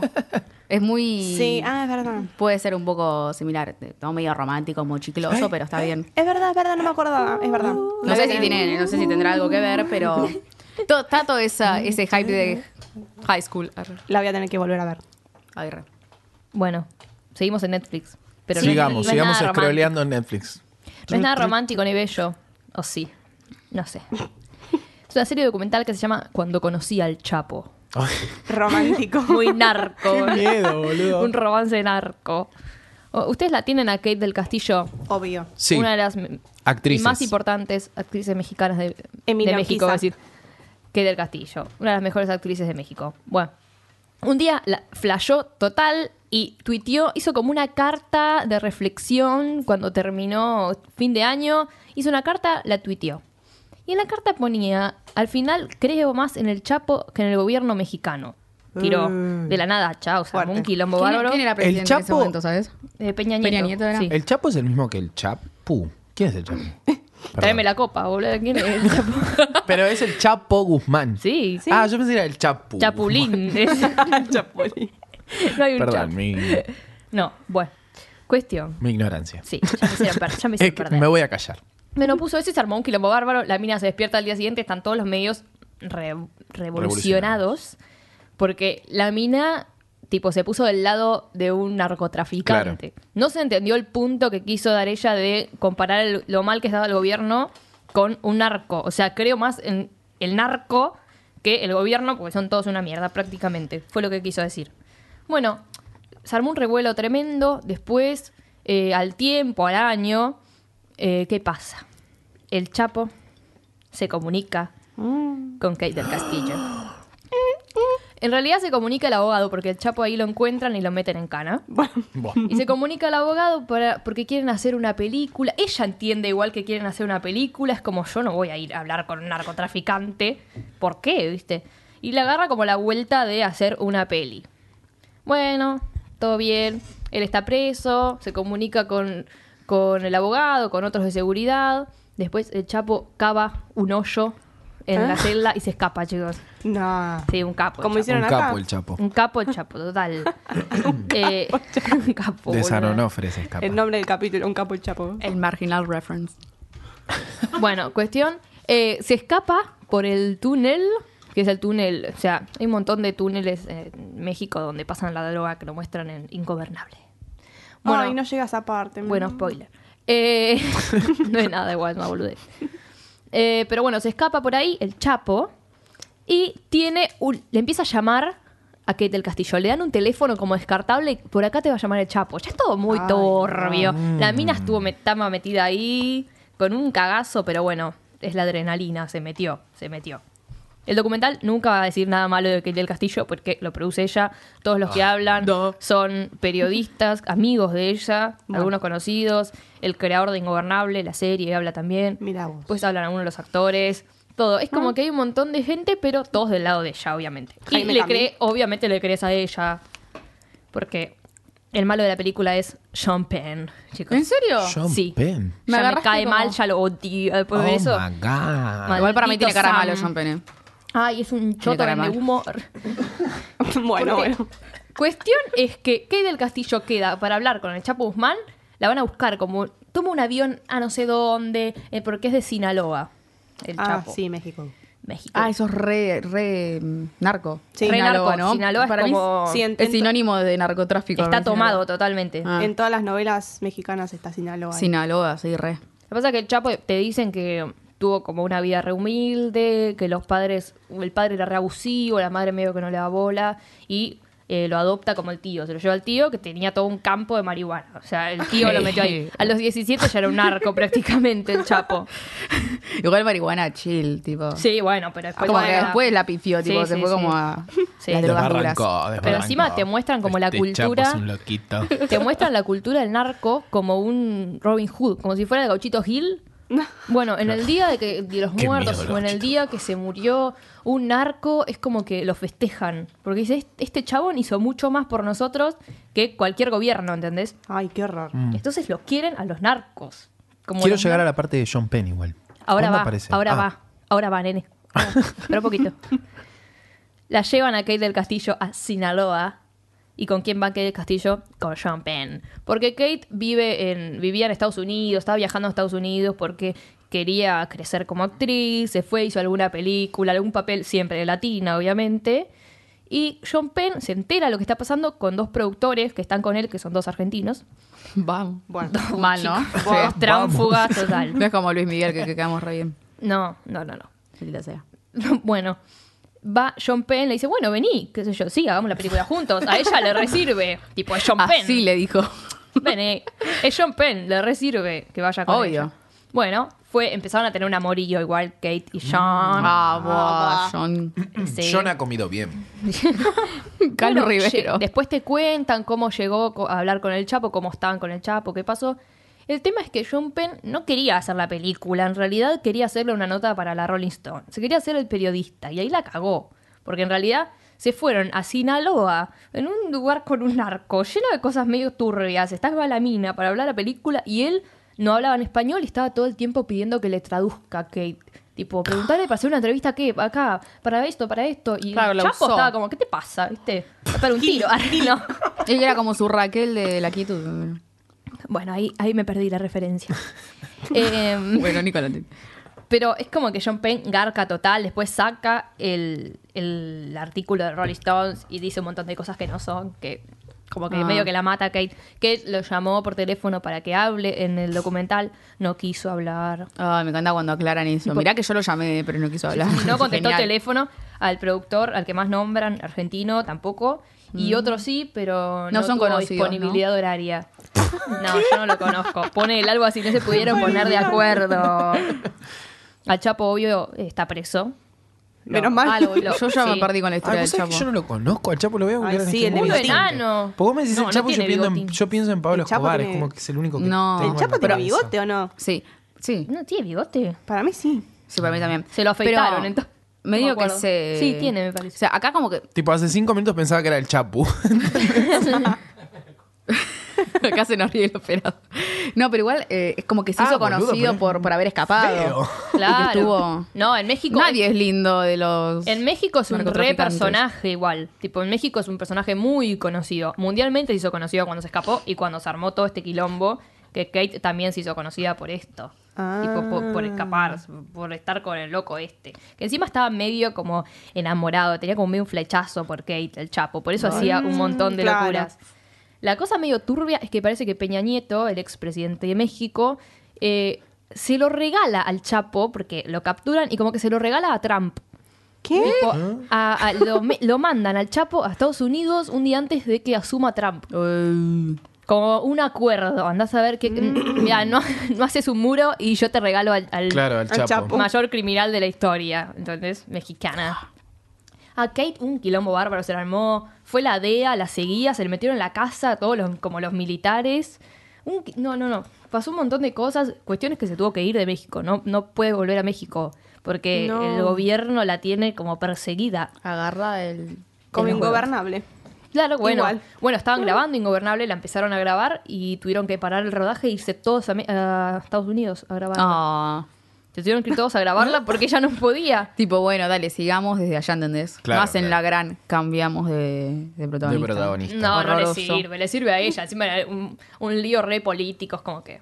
C: es muy.
D: Sí, ah, es verdad.
C: Puede ser un poco similar, eh, todo medio romántico, mochicloso, pero está bien.
D: Es verdad, es verdad, no me acordaba. Es verdad.
C: No sé si tiene, no sé si tendrá algo que ver, pero to- está todo esa, ese hype de high school. Arre.
D: La voy a tener que volver a ver.
C: Ay, re.
B: Bueno, seguimos en Netflix. Pero no es-
E: sigamos,
B: no es
E: sigamos
B: nada romántico.
E: scrolleando en Netflix. <laughs>
B: No es nada romántico ni bello. O sí. No sé. Es una serie documental que se llama Cuando conocí al Chapo.
C: <laughs>
D: Romántico.
B: Muy narco.
E: <laughs> Qué miedo, boludo.
B: Un romance narco. O- Ustedes la tienen a Kate del Castillo.
C: <laughs>
D: Obvio.
E: Sí.
B: Una de las m-
E: Actrices.
B: y más importantes actrices mexicanas de,
D: Emilia
B: de México,
D: Urquiza.
B: es decir, Kate del Castillo. Una de las mejores actrices de México. Bueno, un día la flashó total y tuiteó, hizo como una carta de reflexión cuando terminó fin de año. Hizo una carta, la tuiteó. Y en la carta ponía, al final creo más en el Chapo que en el gobierno mexicano. Tiró de la nada, chao, o sea,
D: Fuerte.
B: un quilombo
C: ¿Quién-
B: bárbaro.
C: ¿Quién era
E: El
C: presidente en ese
E: Chapo-
C: momento, sabes?
B: Eh, Peña Nieto.
C: Peña Nieto era.
B: sí.
E: El Chapo es el mismo que el Chapu. ¿Quién es el Chapu?
B: <laughs> Tráeme
E: Perdón.
B: la copa, boludo. ¿Quién es el Chapo?
C: <laughs>
E: Pero es el Chapo Guzmán.
B: Sí, sí.
E: Ah, yo pensé que era el Chapu. <laughs>
B: Chapulín.
D: Chapulín.
B: no hay un
E: Perdón,
B: chap.
E: mi,
B: No, bueno. Cuestión.
E: mi ignorancia.
B: Sí, ya me hicieron, per- ya
E: <laughs>
B: me hicieron
E: Es que
B: perder.
E: me voy a callar.
B: Bueno, puso eso y se armó un quilombo bárbaro. La mina se despierta al día siguiente, están todos los medios re- revolucionados. Porque la mina, tipo, se puso del lado de un narcotraficante. No se entendió el punto que quiso dar ella de comparar el- lo mal que estaba el gobierno con un narco. O sea, creo más en el narco que el gobierno, porque son todos una mierda prácticamente. Fue lo que quiso decir. Bueno, se armó un revuelo tremendo. Después, eh, al tiempo, al año, eh, ¿qué pasa? El Chapo se comunica con Kate del Castillo. En realidad se comunica el abogado porque el Chapo ahí lo encuentran y lo meten en cana.
D: Bueno,
B: Y se comunica al abogado para, porque quieren hacer una película. Ella entiende igual que quieren hacer una película. Es como yo no voy a ir a hablar con un narcotraficante. ¿Por qué? ¿Viste? Y le agarra como la vuelta de hacer una peli. Bueno, todo bien. Él está preso, se comunica con, con el abogado, con otros de seguridad. Después el Chapo cava un hoyo en la celda y se escapa, chicos.
D: no.
B: Sí, un capo. el
D: Como
B: Chapo.
D: hicieron
E: Un
D: acá.
E: capo el Chapo.
B: Un capo el
E: <laughs>
B: Chapo, total. Eh, <laughs> un capo.
E: De
B: boludo.
E: San Onofre se escapa.
D: El nombre del capítulo, un capo el chapo.
C: El marginal reference.
B: Bueno, cuestión. eh, se escapa por el túnel, que es el túnel. O sea, hay un montón de túneles en México donde pasan la droga que lo muestran en Ingobernable.
D: Bueno,
C: ah.
D: Ay, no llega a esa parte.
B: Bueno, spoiler. Eh, <laughs> no es nada igual, no boludez. Eh, pero bueno, se escapa por ahí el Chapo y tiene un- le empieza a llamar a Kate del Castillo. Le dan un teléfono como descartable y por acá te va a llamar el Chapo. Ya es todo muy
D: Ay,
B: torbio. La mina estuvo met- estaba metida ahí con un cagazo, pero bueno, es la adrenalina, se metió, se metió. El documental nunca va a decir nada malo de Kate del Castillo porque lo produce ella. Todos los que hablan son periodistas, amigos de ella, algunos conocidos. El creador de Ingobernable, la serie, habla también.
D: Mirá vos.
B: Después hablan algunos de los actores. Todo. Es como que hay un montón de gente, pero todos del lado de ella, obviamente. Y
D: Jaime
B: le
D: Camil.
B: cree, obviamente le crees a ella. Porque el malo de la película es Sean Penn, chicos.
C: ¿En serio?
E: Sean
B: sí.
E: Penn.
C: Me
B: Ya me
C: agarraste
B: cae
C: como-
B: mal, ya lo odio. Después de
E: Oh
B: eso.
E: my God.
B: Mal.
C: Igual para mí
B: Maldito
C: tiene cara
B: Sam.
C: malo Sean Penn. eh.
B: Ay, es un choto
C: cara
B: de
C: mal.
B: humor.
D: <laughs> bueno,
B: Porque-
D: bueno.
B: Cuestión es que Kay del Castillo queda para hablar con el Chapo Guzmán. La van a buscar como toma un avión a no sé dónde, eh, porque es de Sinaloa. El
D: Ah,
B: Chapo.
D: sí, México.
B: México.
C: Ah, eso es re, re mm, narco.
D: Sí,
B: Re
C: Sinaloa,
B: narco. Sinaloa es
C: Para mí
B: como-
D: Sí, en-
C: es sinónimo de narcotráfico.
B: Está
C: ¿no?
B: tomado
C: Sinaloa.
B: totalmente.
C: Ah.
D: En todas las novelas mexicanas está Sinaloa.
C: Sinaloa, sí, re.
B: Lo que pasa es que el Chapo eh, te dicen que tuvo como una vida re humilde, que los padres, el padre era re abusivo, la madre medio que no le da bola, y eh, lo adopta como el tío. Se lo lleva al tío que tenía todo un campo de marihuana. O sea, el tío lo metió
C: <laughs>
B: ahí. A los 17 ya era un narco prácticamente el Chapo.
C: Igual marihuana chill, tipo.
B: Sí, bueno, pero después...
C: Ah, Como que
B: era-
C: después la pifió, tipo,
B: Sí,
C: se
B: sí,
C: fue
B: sí.
C: como a
B: Sí.
C: las drogas duras.
B: Pero encima te muestran como la cultura-
E: Chapo es un loquito.
B: Te muestran la cultura del narco como un Robin Hood, como si fuera el gauchito Hill. Bueno, en el día de, que, de los
E: Qué
B: muertos
E: miedo,
B: o en el
E: Gauchito.
B: día que se murió un narco, es como que lo festejan. Porque dice, "Est- este chabón hizo mucho más por nosotros que cualquier gobierno, ¿entendés?
D: Ay, qué horror.
B: Mm.
E: Mm.
B: Entonces los quieren a los narcos. Como
E: Quiero
B: los
E: llegar a
B: nar-
E: la parte de John Penn igual.
B: Ahora
E: ¿Cuándo
B: va,
E: aparece?
B: ahora
E: Ah,
B: va, ahora va, nene.
E: <laughs>
B: Pero poquito. La llevan a Kate del Castillo a Sinaloa. ¿Y con quién va Kate del Castillo? Con Sean Penn. Porque Kate vive en, vivía en Estados Unidos, estaba viajando a Estados Unidos porque quería crecer como actriz, se fue, hizo alguna película, algún papel, siempre de latina, obviamente. Y Sean Penn se entera de lo que está pasando con dos productores que están con él, que son dos argentinos.
C: Vamos.
D: Bueno,
C: Mal, ¿no?
B: Dos
C: Sí.
B: tránfugas,
E: <laughs>
B: total.
C: No es como Luis Miguel, que, que quedamos re bien.
B: No, no, no, no.
C: Maldita sea.
B: <laughs> bueno, va John Penn, le dice, bueno, vení, qué sé yo, sí, hagamos la película juntos. A ella le
C: <laughs>
B: resirve. Tipo, es John Penn.
C: Así le dijo.
B: Vení. Es John Penn, le resirve que vaya con
C: Obvio.
B: ella. Bueno, fue, empezaron a tener un amorillo igual Kate y
C: Ah.
B: John.
C: Bravo, John.
B: Sí.
E: mm, John ha comido bien.
C: <laughs> Carlos
B: Bueno,
C: Rivero.
B: lle- Después te cuentan cómo llegó co- a hablar con el Chapo, cómo estaban con el Chapo, qué pasó. El tema es que John Penn no quería hacer la película, en realidad quería hacerle una nota para la Rolling Stone. Se quería hacer el periodista y ahí la cagó, porque en realidad se fueron a Sinaloa, en un lugar con un narco, lleno de cosas medio turbias, estaba a la mina para hablar la película y él no hablaba en español y estaba todo el tiempo pidiendo que le traduzca Kate. Tipo, preguntarle para hacer una entrevista, ¿qué? Acá, para esto, para esto. Y
C: Claro,
B: el
C: la
B: Chapo
C: usó.
B: estaba como como, ¿qué te pasa? ¿Viste? Para un tiro. Ah, no.
C: Él era como su Raquel de la quietud.
B: Bueno, ahí, ahí me perdí la referencia. Em,
C: Bueno, Nicolás.
B: pero es como que John Penn garca total, después saca el, el artículo de Rolling Stones y dice un montón de cosas que no son, que como que
C: Ah.
B: medio que la mata a Kate. Kate lo llamó por teléfono para que hable en el documental, no quiso hablar.
C: Ay, me encanta cuando aclaran eso. Mirá que yo lo llamé, pero no quiso hablar.
B: <laughs> No contestó
C: Genial.
B: teléfono al productor, al que más nombran, argentino tampoco. Y otro sí, pero no,
C: Mm. No son
B: tuvo
C: conocidos,
B: disponibilidad
C: <laughs>
B: horaria. No, yo no lo conozco. Pone el algo así, no se pudieron poner de
C: <laughs>
B: acuerdo. Al Chapo, obvio, está preso. Lo-
D: Menos mal.
B: algo lo-
C: Yo ya
B: sí.
C: me perdí con la
E: Ah,
C: historia
E: ¿vos
C: del
E: sabés que
C: Chapo.
E: yo no lo conozco. Al Chapo lo veo.
D: Ay, sí, el de
B: Uno
D: bigotín.
B: enano.
E: Porque vos me decís
B: No,
E: el
B: no
E: Chapo, yo,
B: tiene
E: pienso en,
B: bigotín.
E: yo pienso en Pablo
D: El Chapo
E: Escobar.
D: tiene-
E: Es como que es el único que.
C: No.
E: tengo
D: ¿El
E: en
D: Chapo
E: la
D: tiene
E: cabeza.
D: bigote o no?
C: Sí, sí.
B: No tiene bigote.
D: Para mí sí.
C: Sí, para mí también.
B: Se lo afeitaron,
C: Pero
B: entonces.
C: Medio
B: No me
C: que
B: acuerdo.
C: se.
B: Sí, tiene, me parece.
C: O sea, acá como que.
E: Tipo, hace cinco minutos pensaba que era el
B: <laughs>
E: Chapu.
C: <laughs> acá se nos ríe el operador. No, pero igual eh, es como que se
E: Ah,
C: hizo
E: boludo,
C: conocido
E: pero-
C: por, por haber escapado.
E: Feo.
C: Y que <laughs>
B: Claro.
C: estuvo-
B: No, en México.
C: Nadie es lindo de los.
B: En México es un re
C: narcotraficantes.
B: personaje igual. Tipo, en México es un personaje muy conocido. Mundialmente se hizo conocido cuando se escapó y cuando se armó todo este quilombo, que Kate también se hizo conocida por esto.
D: Ah.
B: Tipo, por, por escapar, por estar con el loco este. Que encima estaba medio como enamorado, tenía como medio un flechazo por Kate, el chapo. Por eso hacía un montón de
D: claro.
B: locuras. La cosa medio turbia es que parece que Peña Nieto, el expresidente de México, eh, se lo regala al Chapo, porque lo capturan y como que se lo regala a Trump.
D: ¿Qué?
B: Tipo, a- a- lo, me- lo mandan al Chapo a Estados Unidos un día antes de que asuma Trump.
C: Uy.
B: Como un acuerdo. Andás a ver que.
D: Mm.
B: Mira, no, no haces un muro y yo te regalo al, al
E: Claro, el
D: Al
E: Chapo.
D: Chapo.
B: mayor criminal de la historia. Entonces, mexicana. A Kate un quilombo bárbaro se la armó. Fue la DEA, la seguía, se le metieron en la casa, todos los, como los militares. Un qui- no, no, no. Pasó un montón de cosas, cuestiones que se tuvo que ir de México. No, no puede volver a México porque
D: No.
B: el gobierno la tiene como perseguida.
C: Agarra el.
D: Como
B: el juego.
D: ingobernable.
B: Claro, bueno.
D: Igual. Mm.
B: Bueno, estaban grabando Ingobernable, la empezaron a grabar y tuvieron que parar el rodaje e irse todos a, Me- a Estados Unidos a grabar.
C: Ah.
B: Se tuvieron que ir todos a
D: <laughs>
B: grabarla porque ella no podía.
C: Tipo, bueno, dale, sigamos desde allá, ¿entendés?
E: Claro,
C: no hacen
E: claro.
C: la gran, cambiamos de, de
E: De
C: protagonista.
E: protagonista.
B: No, no le
C: Horroroso.
B: sirve, le sirve a
D: <laughs>
B: ella. Encima era un, un lío re político, es como que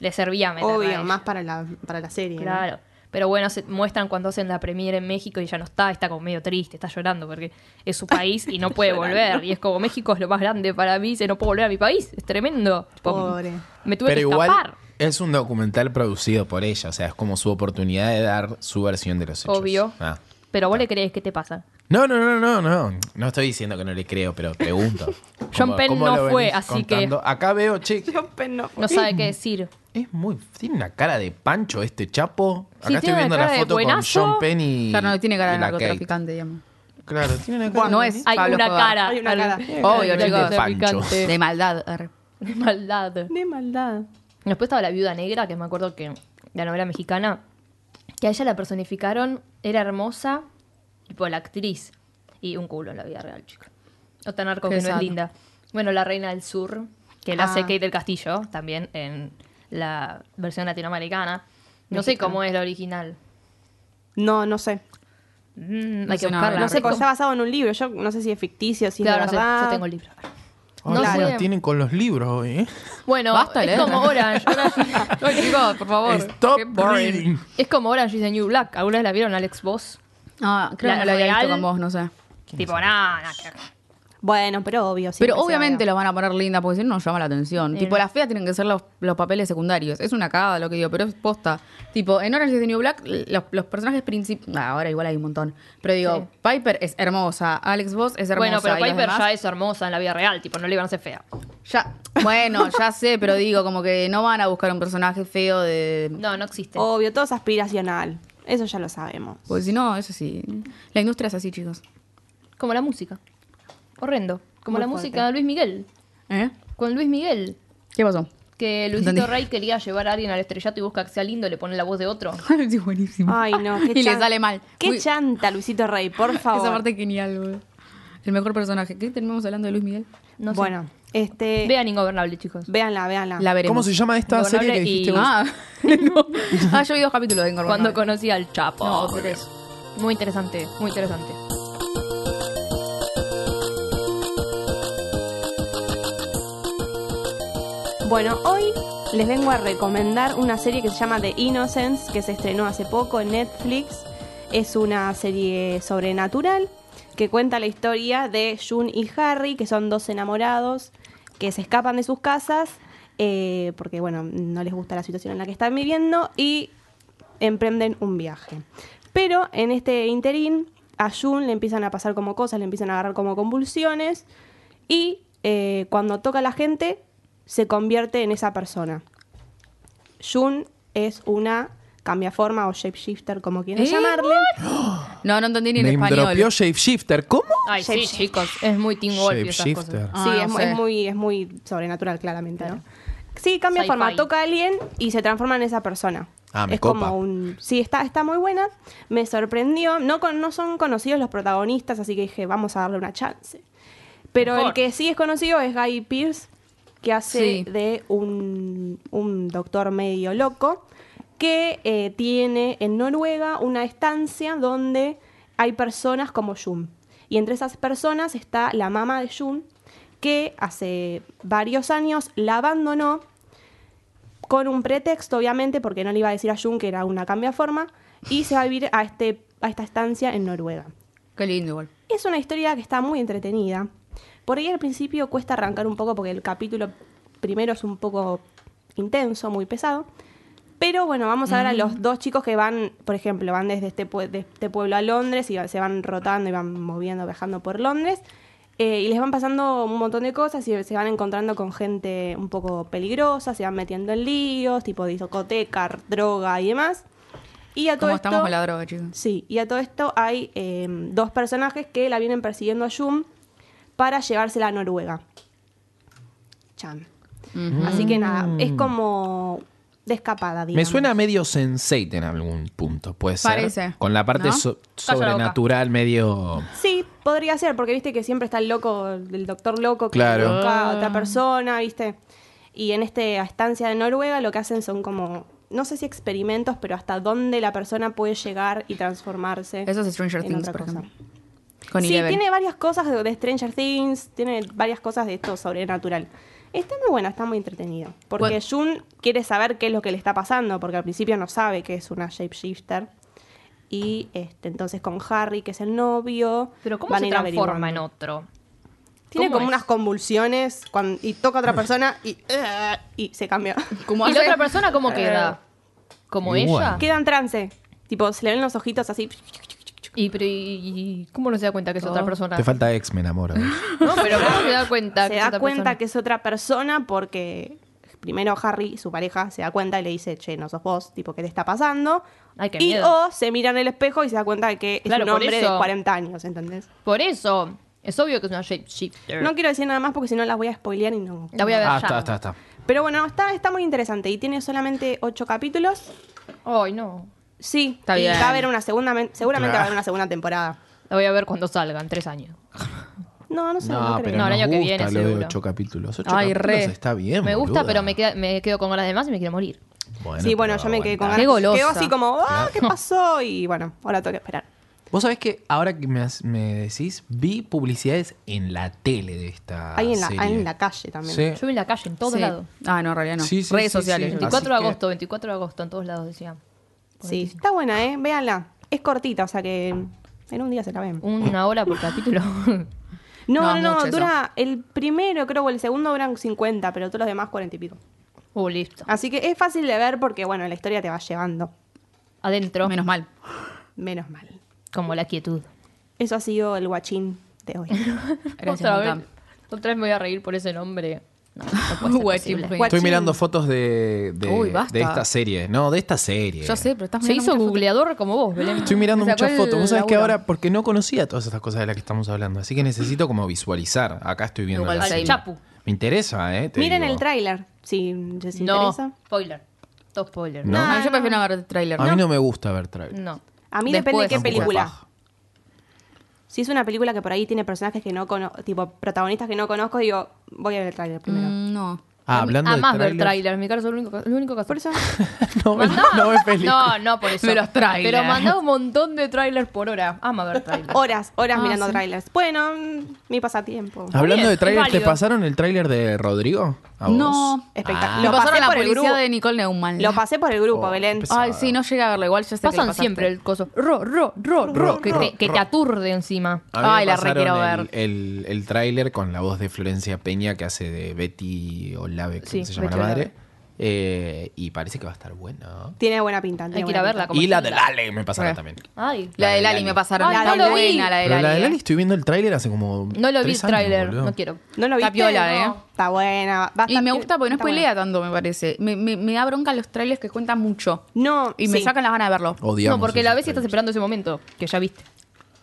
B: le servía meterla a ella.
D: Obvio, más para la, para la serie. ¿no?
B: Claro. Pero bueno, se muestran cuando hacen la premiere en México y ya no está, está como medio triste, está llorando porque es su país
D: <laughs>
B: y no puede volver. Y es como México es lo más grande para mí, se no puedo volver a mi país, es tremendo. Tipo,
D: Pobre.
B: Me tuve
E: Pero
B: que
E: igual
B: escapar.
E: es un documental producido por ella, o sea, es como su oportunidad de dar su versión de los hechos.
B: Obvio.
E: Ah.
B: Pero vos le crees que te pasa.
E: No, no, no, no, no. No estoy diciendo que no le creo, pero pregunto.
B: John
E: ¿Cómo-
B: Penn
E: cómo
B: no
E: lo
B: fue,
E: venís
B: así que-
E: contando? Acá veo, che,
D: <laughs> Yo peno-
B: No sabe qué decir.
E: es muy. Tiene una cara de pancho este chapo. Acá
B: Sí,
E: estoy
B: tiene una
E: viendo la
B: cara de
E: foto con
B: buenazo.
E: John Penn y.
C: Claro, no tiene cara
E: y
C: de
E: la Kate.
C: narcotraficante, digamos.
E: Claro, tiene una cara.
C: No es
B: Hay
C: Pablo
B: una
C: Escobar.
B: cara.
D: Hay una
B: al-
D: cara.
C: Obvio,
B: de
C: chicos.
B: traficante.
C: De maldad. arre.
B: De maldad.
D: De maldad.
B: Después estaba la viuda negra, que me acuerdo que la novela mexicana, que a ella la personificaron, era hermosa, tipo la actriz, y un culo en la vida real, chica. O tan arco
C: Qué
B: que no
C: sad.
B: es linda. Bueno, la reina del sur, que la hace
C: Ah.
B: Kate del Castillo, también en la versión latinoamericana. No sé cómo es la original.
D: No, no sé.
B: Mm,
C: No
B: hay que
C: sé nada.
B: buscarla.
D: No sé, porque
B: Como-
D: está basado en un libro. Yo no sé si es ficticio, si
B: Claro, no
D: es de
B: sé,
D: verdad.
B: yo tengo el libro.
E: Ay,
B: No
E: ¿cómo
B: sé.
E: la tienen con los libros hoy, ¿eh?
B: Bueno,
C: Basta de
B: es
C: leer.
B: como
C: <laughs>
B: Orange. Orange-
C: Oye, chicos, por favor.
E: Stop
C: Qué boring.
E: reading.
B: es como Orange is the New Black. ¿Alguna vez la vieron Alex Voss?
C: Ah, creo
B: La
C: que no lo había
B: real.
C: visto con vos, no sé.
B: Tipo, nada, nada que ver.
D: Bueno, pero obvio. siempre
C: Pero
D: se va
C: obviamente
D: a ver.
C: los van a poner linda porque si no, no llama la atención.
B: Sí,
C: tipo,
B: no.
C: las feas tienen que ser los, los papeles secundarios. Es una cagada lo que digo, pero es posta. Tipo, en Orange is the New Black, los, los personajes principales. ahora igual hay un montón. Pero digo, Piper es hermosa, Alex Voss es hermosa.
B: Bueno, pero
C: y los
B: Piper
C: demás-
B: ya es hermosa en la vida real, tipo, no le iban a hacer fea.
C: Ya,
D: <laughs>
C: bueno, ya sé, pero digo, como que no van a buscar un personaje feo de.
B: No, no existe.
D: Obvio, todo es aspiracional. Eso ya lo sabemos.
C: Porque si no, eso sí. La industria es así, chicos.
B: Como la música. Horrendo. Como
D: Muy
B: la
D: fuerte.
B: música de Luis Miguel.
C: ¿Eh?
B: Con Luis Miguel.
C: ¿Qué pasó? <laughs>
B: Que Luisito
C: Entendí.
B: Rey quería llevar a alguien al estrellato y busca que sea lindo, le pone la voz de otro.
C: es buenísimo.
D: Ay,
B: <laughs>
D: no. Qué
C: y le
D: chan-
C: sale mal.
D: Qué
C: Muy-
D: chanta, Luisito Rey, por favor.
C: Esa parte es genial, boludo. El mejor personaje. ¿Qué terminamos hablando de Luis Miguel?
B: No sé.
D: bueno, este.
B: Vean Ingobernable, chicos.
D: Véanla, véanla.
C: La veremos.
E: ¿Cómo se llama esta
B: Ingobernable
E: serie que dijiste
B: y-
E: vos?
C: Ah, <laughs> no. <laughs> ah, yo
B: <laughs>
C: vi dos capítulos de
B: Cuando
C: Ingobernable.
B: conocí al Chapo.
C: No, tres.
B: Muy interesante, muy interesante.
D: Bueno, hoy les vengo a recomendar una serie que se llama The Innocence, que se estrenó hace poco en Netflix. Es una serie sobrenatural que cuenta la historia de June y Harry, que son dos enamorados que se escapan de sus casas eh, porque, bueno, no les gusta la situación en la que están viviendo y emprenden un viaje. Pero en este interín, a Jun le empiezan a pasar como cosas, le empiezan a agarrar como convulsiones y eh, cuando toca a la gente, se convierte en esa persona. Jun es una cambiaforma o shapeshifter, como quieras
C: ¿Eh?
D: llamarle.
C: No, no entendí ni en
E: Me
C: español.
E: dropeó Shapeshifter. ¿Cómo?
B: Ay, sí,
D: Shapeshifter.
B: chicos. Es muy Team Wolf y esas cosas.
E: Shapeshifter.
D: sí,
C: Ah,
D: es,
C: no
D: mu- es
C: sé.
D: muy, es muy sobrenatural, claramente, ¿no? Sí, cambia
B: Sci-fi.
D: forma, toca a alguien y se transforma en esa persona.
E: Ah, me
D: es
E: copa.
D: como un. Sí, está, está muy buena. Me sorprendió. No, con, no son conocidos los protagonistas, así que dije, vamos a darle una chance. Pero
B: Mejor.
D: el que sí es conocido es Guy Pierce, que hace
C: Sí.
D: de un, un doctor medio loco que eh, tiene en Noruega una estancia donde hay personas como Jun. Y entre esas personas está la mamá de Jun, que hace varios años la abandonó con un pretexto, obviamente, porque no le iba a decir a Jun que era una cambiaforma, y se va a vivir a, este, a esta estancia en Noruega.
C: Qué lindo igual.
D: Es una historia que está muy entretenida. Por ahí al principio cuesta arrancar un poco porque el capítulo primero es un poco intenso, muy pesado. Pero bueno, vamos a ver a los dos chicos que van, por ejemplo, van desde este, pue- de este pueblo a Londres y va- se van rotando y van moviendo, viajando por Londres. Eh, y les van pasando un montón de cosas y se van encontrando con gente un poco peligrosa, se van metiendo en líos, tipo discoteca, droga y demás. Y a todo
C: ¿Cómo estamos
D: esto-
C: con la droga, chicos?
D: Sí, y a todo esto hay eh, dos personajes que la vienen persiguiendo a Jun para llevársela a Noruega. Chan. Así que nada, es como de escapada,
E: Mm. Me
D: digamos.
E: suena medio sensei en algún punto, puede ser.
C: Parece.
E: Con la parte
C: ¿No?
E: so-
B: Calla la boca.
E: sobrenatural medio...
D: Sí, podría ser, porque viste que siempre está el loco, el doctor loco que
E: Claro.
C: Ah.
D: busca a otra persona, viste. Y en esta estancia de Noruega lo que hacen son como no sé si experimentos, pero hasta dónde la persona puede llegar y transformarse.
C: Eso es Stranger
D: en
C: Things,
D: otra
C: por
D: cosa.
C: ejemplo. Con
D: sí,
C: Eleven.
D: tiene varias cosas de, de Stranger Things, tiene varias cosas de esto sobrenatural. Está muy buena, está muy entretenido. Porque
C: Bueno.
D: Jun quiere saber qué es lo que le está pasando, porque al principio no sabe que es una shapeshifter. Y este, entonces con Harry, que es el novio.
B: Pero ¿cómo
D: van a
B: se
D: ir
B: transforma en
D: averiguando.
B: otro?
D: Tiene
B: ¿Cómo
D: como
B: es?
D: unas convulsiones cuan- y toca a otra persona y, <laughs> y se cambia.
C: Como
B: ¿Y la
C: hace-
B: otra persona cómo queda? ¿Como
A: Igual.
B: ella?
D: <laughs> Queda en trance. Tipo, se le ven los ojitos así.
B: ¿Y, pero, y- y cómo no se da cuenta que es otra
C: Oh.
B: persona?
A: Te falta X-Men, amor. a ver.
B: <laughs> No, pero ¿cómo se da cuenta
D: se
B: que es
D: da
B: otra
D: cuenta
B: persona?
D: que es otra persona porque primero Harry, su pareja, se da cuenta y le dice, che, no sos vos, tipo, ¿qué te está pasando?
B: Ay, qué
D: y
B: miedo.
D: o se mira en el espejo y se da cuenta de que es
B: Claro,
D: un
B: por
D: hombre de
B: eso.
D: 40 años, ¿entendés?
B: Por eso, es obvio que es una shapeshifter.
D: No quiero decir nada más porque si no las voy a spoilear y no...
B: La voy a ver
A: Ah,
B: ya.
A: está, está, está.
D: Pero bueno, está, está muy interesante y tiene solamente 8 capítulos.
B: Ay, no.
D: Sí,
C: Está
D: y
C: bien.
D: va a haber una segunda, men- seguramente
A: Ah.
D: va a haber una segunda temporada.
B: La voy a ver cuando salga, en tres años.
D: No, no sé, no,
A: No,
D: creo.
A: pero
B: No, el
A: nos
B: año que
A: gusta
B: viene,
A: lo de
B: seguro.
A: ocho capítulos. Ocho
C: Ay,
A: capítulos
C: re.
A: está bien,
B: Me gusta,
A: boluda.
B: pero me, queda- me quedo con ganas de más y me quiero morir.
A: Bueno,
D: sí, bueno,
A: pero
D: yo me quedé con
A: aguantá.
D: ganas.
B: Qué golosa.
D: Quedo así como, ah, ¿qué pasó? Y bueno, ahora tengo que
A: <laughs>
D: esperar.
A: Vos sabés que ahora que me, has- me decís, vi publicidades en la tele de esta
D: Ahí en la,
A: serie.
D: ahí en la calle también.
A: Sí.
B: Yo vi en la calle, en todos
C: Sí.
B: lados.
C: Ah, no, en realidad no.
A: Sí, sí,
C: Redes
A: sí,
C: sociales.
A: sí.
B: 24 de
A: Así que-
B: agosto, 24 de agosto, en todos lados decía.
D: Sí, está buena, ¿eh? Véanla. Es cortita, o sea que en un día se la ven.
B: Una hora por capítulo. <laughs>
C: No,
D: No, no, no,
C: mucho eso.
D: dura el primero creo o el segundo duran 50, pero todos los demás 40 y pico.
B: oh, listo.
D: Así que es fácil de ver porque, bueno, la historia te va llevando.
B: Adentro,
C: Menos mal.
D: Menos mal.
B: como la quietud.
D: Eso ha sido el guachín
C: <laughs>
D: de hoy.
C: Gracias,
B: otra, vez, <laughs>
C: Montan.
B: otra vez me voy a reír por ese nombre. No, no puede ser <laughs>
C: Guachín,
B: posible.
C: porque-
A: Estoy
D: Guachín.
A: mirando fotos de, de,
C: Uy, basta.
A: de esta serie. No, de esta serie.
C: Yo sé, pero estás
B: Se
C: mirando
B: hizo
C: muchas fotos.
B: googleador como vos, Belén.
A: Estoy
B: <laughs>
A: mirando
C: Me sacó
A: muchas
C: el
A: fotos. Vos sabés que
C: laburo.
A: ahora, porque no conocía todas estas cosas de las que estamos hablando, así que necesito como visualizar. Acá estoy viendo
C: Igual
A: la
C: al
A: serie.
B: Chapu.
A: Me interesa, ¿eh? Te
D: Miren
A: digo.
D: el tráiler, si les
B: No,
D: interesa.
B: spoiler. Todo spoiler.
A: No.
C: No, Ah, yo prefiero ver el tráiler. Mm,
A: A mí no me gusta ver trailer.
B: No.
D: A mí
C: Después,
D: depende de qué
C: un poco de
D: película.
A: paja.
D: Si es una película que por ahí tiene personajes que no conozco, tipo protagonistas que no conozco, digo, voy a ver el tráiler primero.
C: Mm, No.
A: Ah,
B: A mí-
A: hablando
B: a
A: de
B: más ver
A: trailers,
B: trailers. Mi caso es el único, el único caso.
D: Por
B: <laughs>
D: eso,
A: <laughs> no, ve- no ve películas.
B: No, no, por eso.
C: Pero los trailers.
B: Pero mandaba un montón de trailers por hora. Ama ver trailers.
D: horas, horas
C: Ah,
D: mirando
C: sí.
D: trailers. Bueno, mm, mi pasatiempo.
A: Hablando
B: bien,
A: de
B: es
A: trailers, ¿te
B: válido.
A: pasaron el tráiler de Rodrigo? ¿A vos?
C: No.
D: Espectacular.
C: Lo
D: Lo
C: pasaron
D: pasé
C: la
D: por el
C: publicidad
D: grupo.
C: de Nicole Neumann.
D: Lo pasé por el grupo,
A: Ah. Oh,
D: Belén.
A: empezó.
C: Ay, sí, no llegué a verlo. Igual yo sé que lo
B: Pasan
C: pasaste.
B: siempre el coso. Ro, ro, ro, ro. Que te, que te aturde encima.
A: A mí me
C: Ay, la
A: pasaron
C: requiero
A: el,
C: ver.
A: El, el tráiler con la voz de Florencia Peña que hace de Betty Olave, que
B: Sí,
A: se llama
B: Betty
A: la madre.
B: Olave.
A: Eh, y parece que va a estar bueno.
D: Tiene buena pinta. tiene
B: Hay que ir
D: buena
B: a
D: pinta.
B: verla. como
A: Y la
B: chula.
A: de Lale me pasaron
C: Eh.
A: también.
B: Ay.
C: La de Lali
A: Lali.
C: me pasaron.
B: Ay,
C: la
B: no
C: de
B: lo vi.
C: buena, la de
A: Pero
C: Lali.
A: la de
C: eh.
A: Lali estoy viendo el tráiler hace como.
B: No lo vi el
A: tres años,
B: tráiler.
A: boludo.
B: No quiero.
D: ¿No lo viste?
C: Está piola,
D: No.
C: ¿eh?
D: Está buena. va a
C: Y
D: estar-
C: me gusta porque no
D: está
C: spoilea tanto, me parece. Me, me, me da bronca los trailers que cuentan mucho.
D: buena. No,
C: Y me
D: sí.
C: sacan las ganas de verlo.
A: Odiamos
B: no, porque
A: esos
B: la ves y estás
A: trailers.
B: esperando ese momento que ya viste.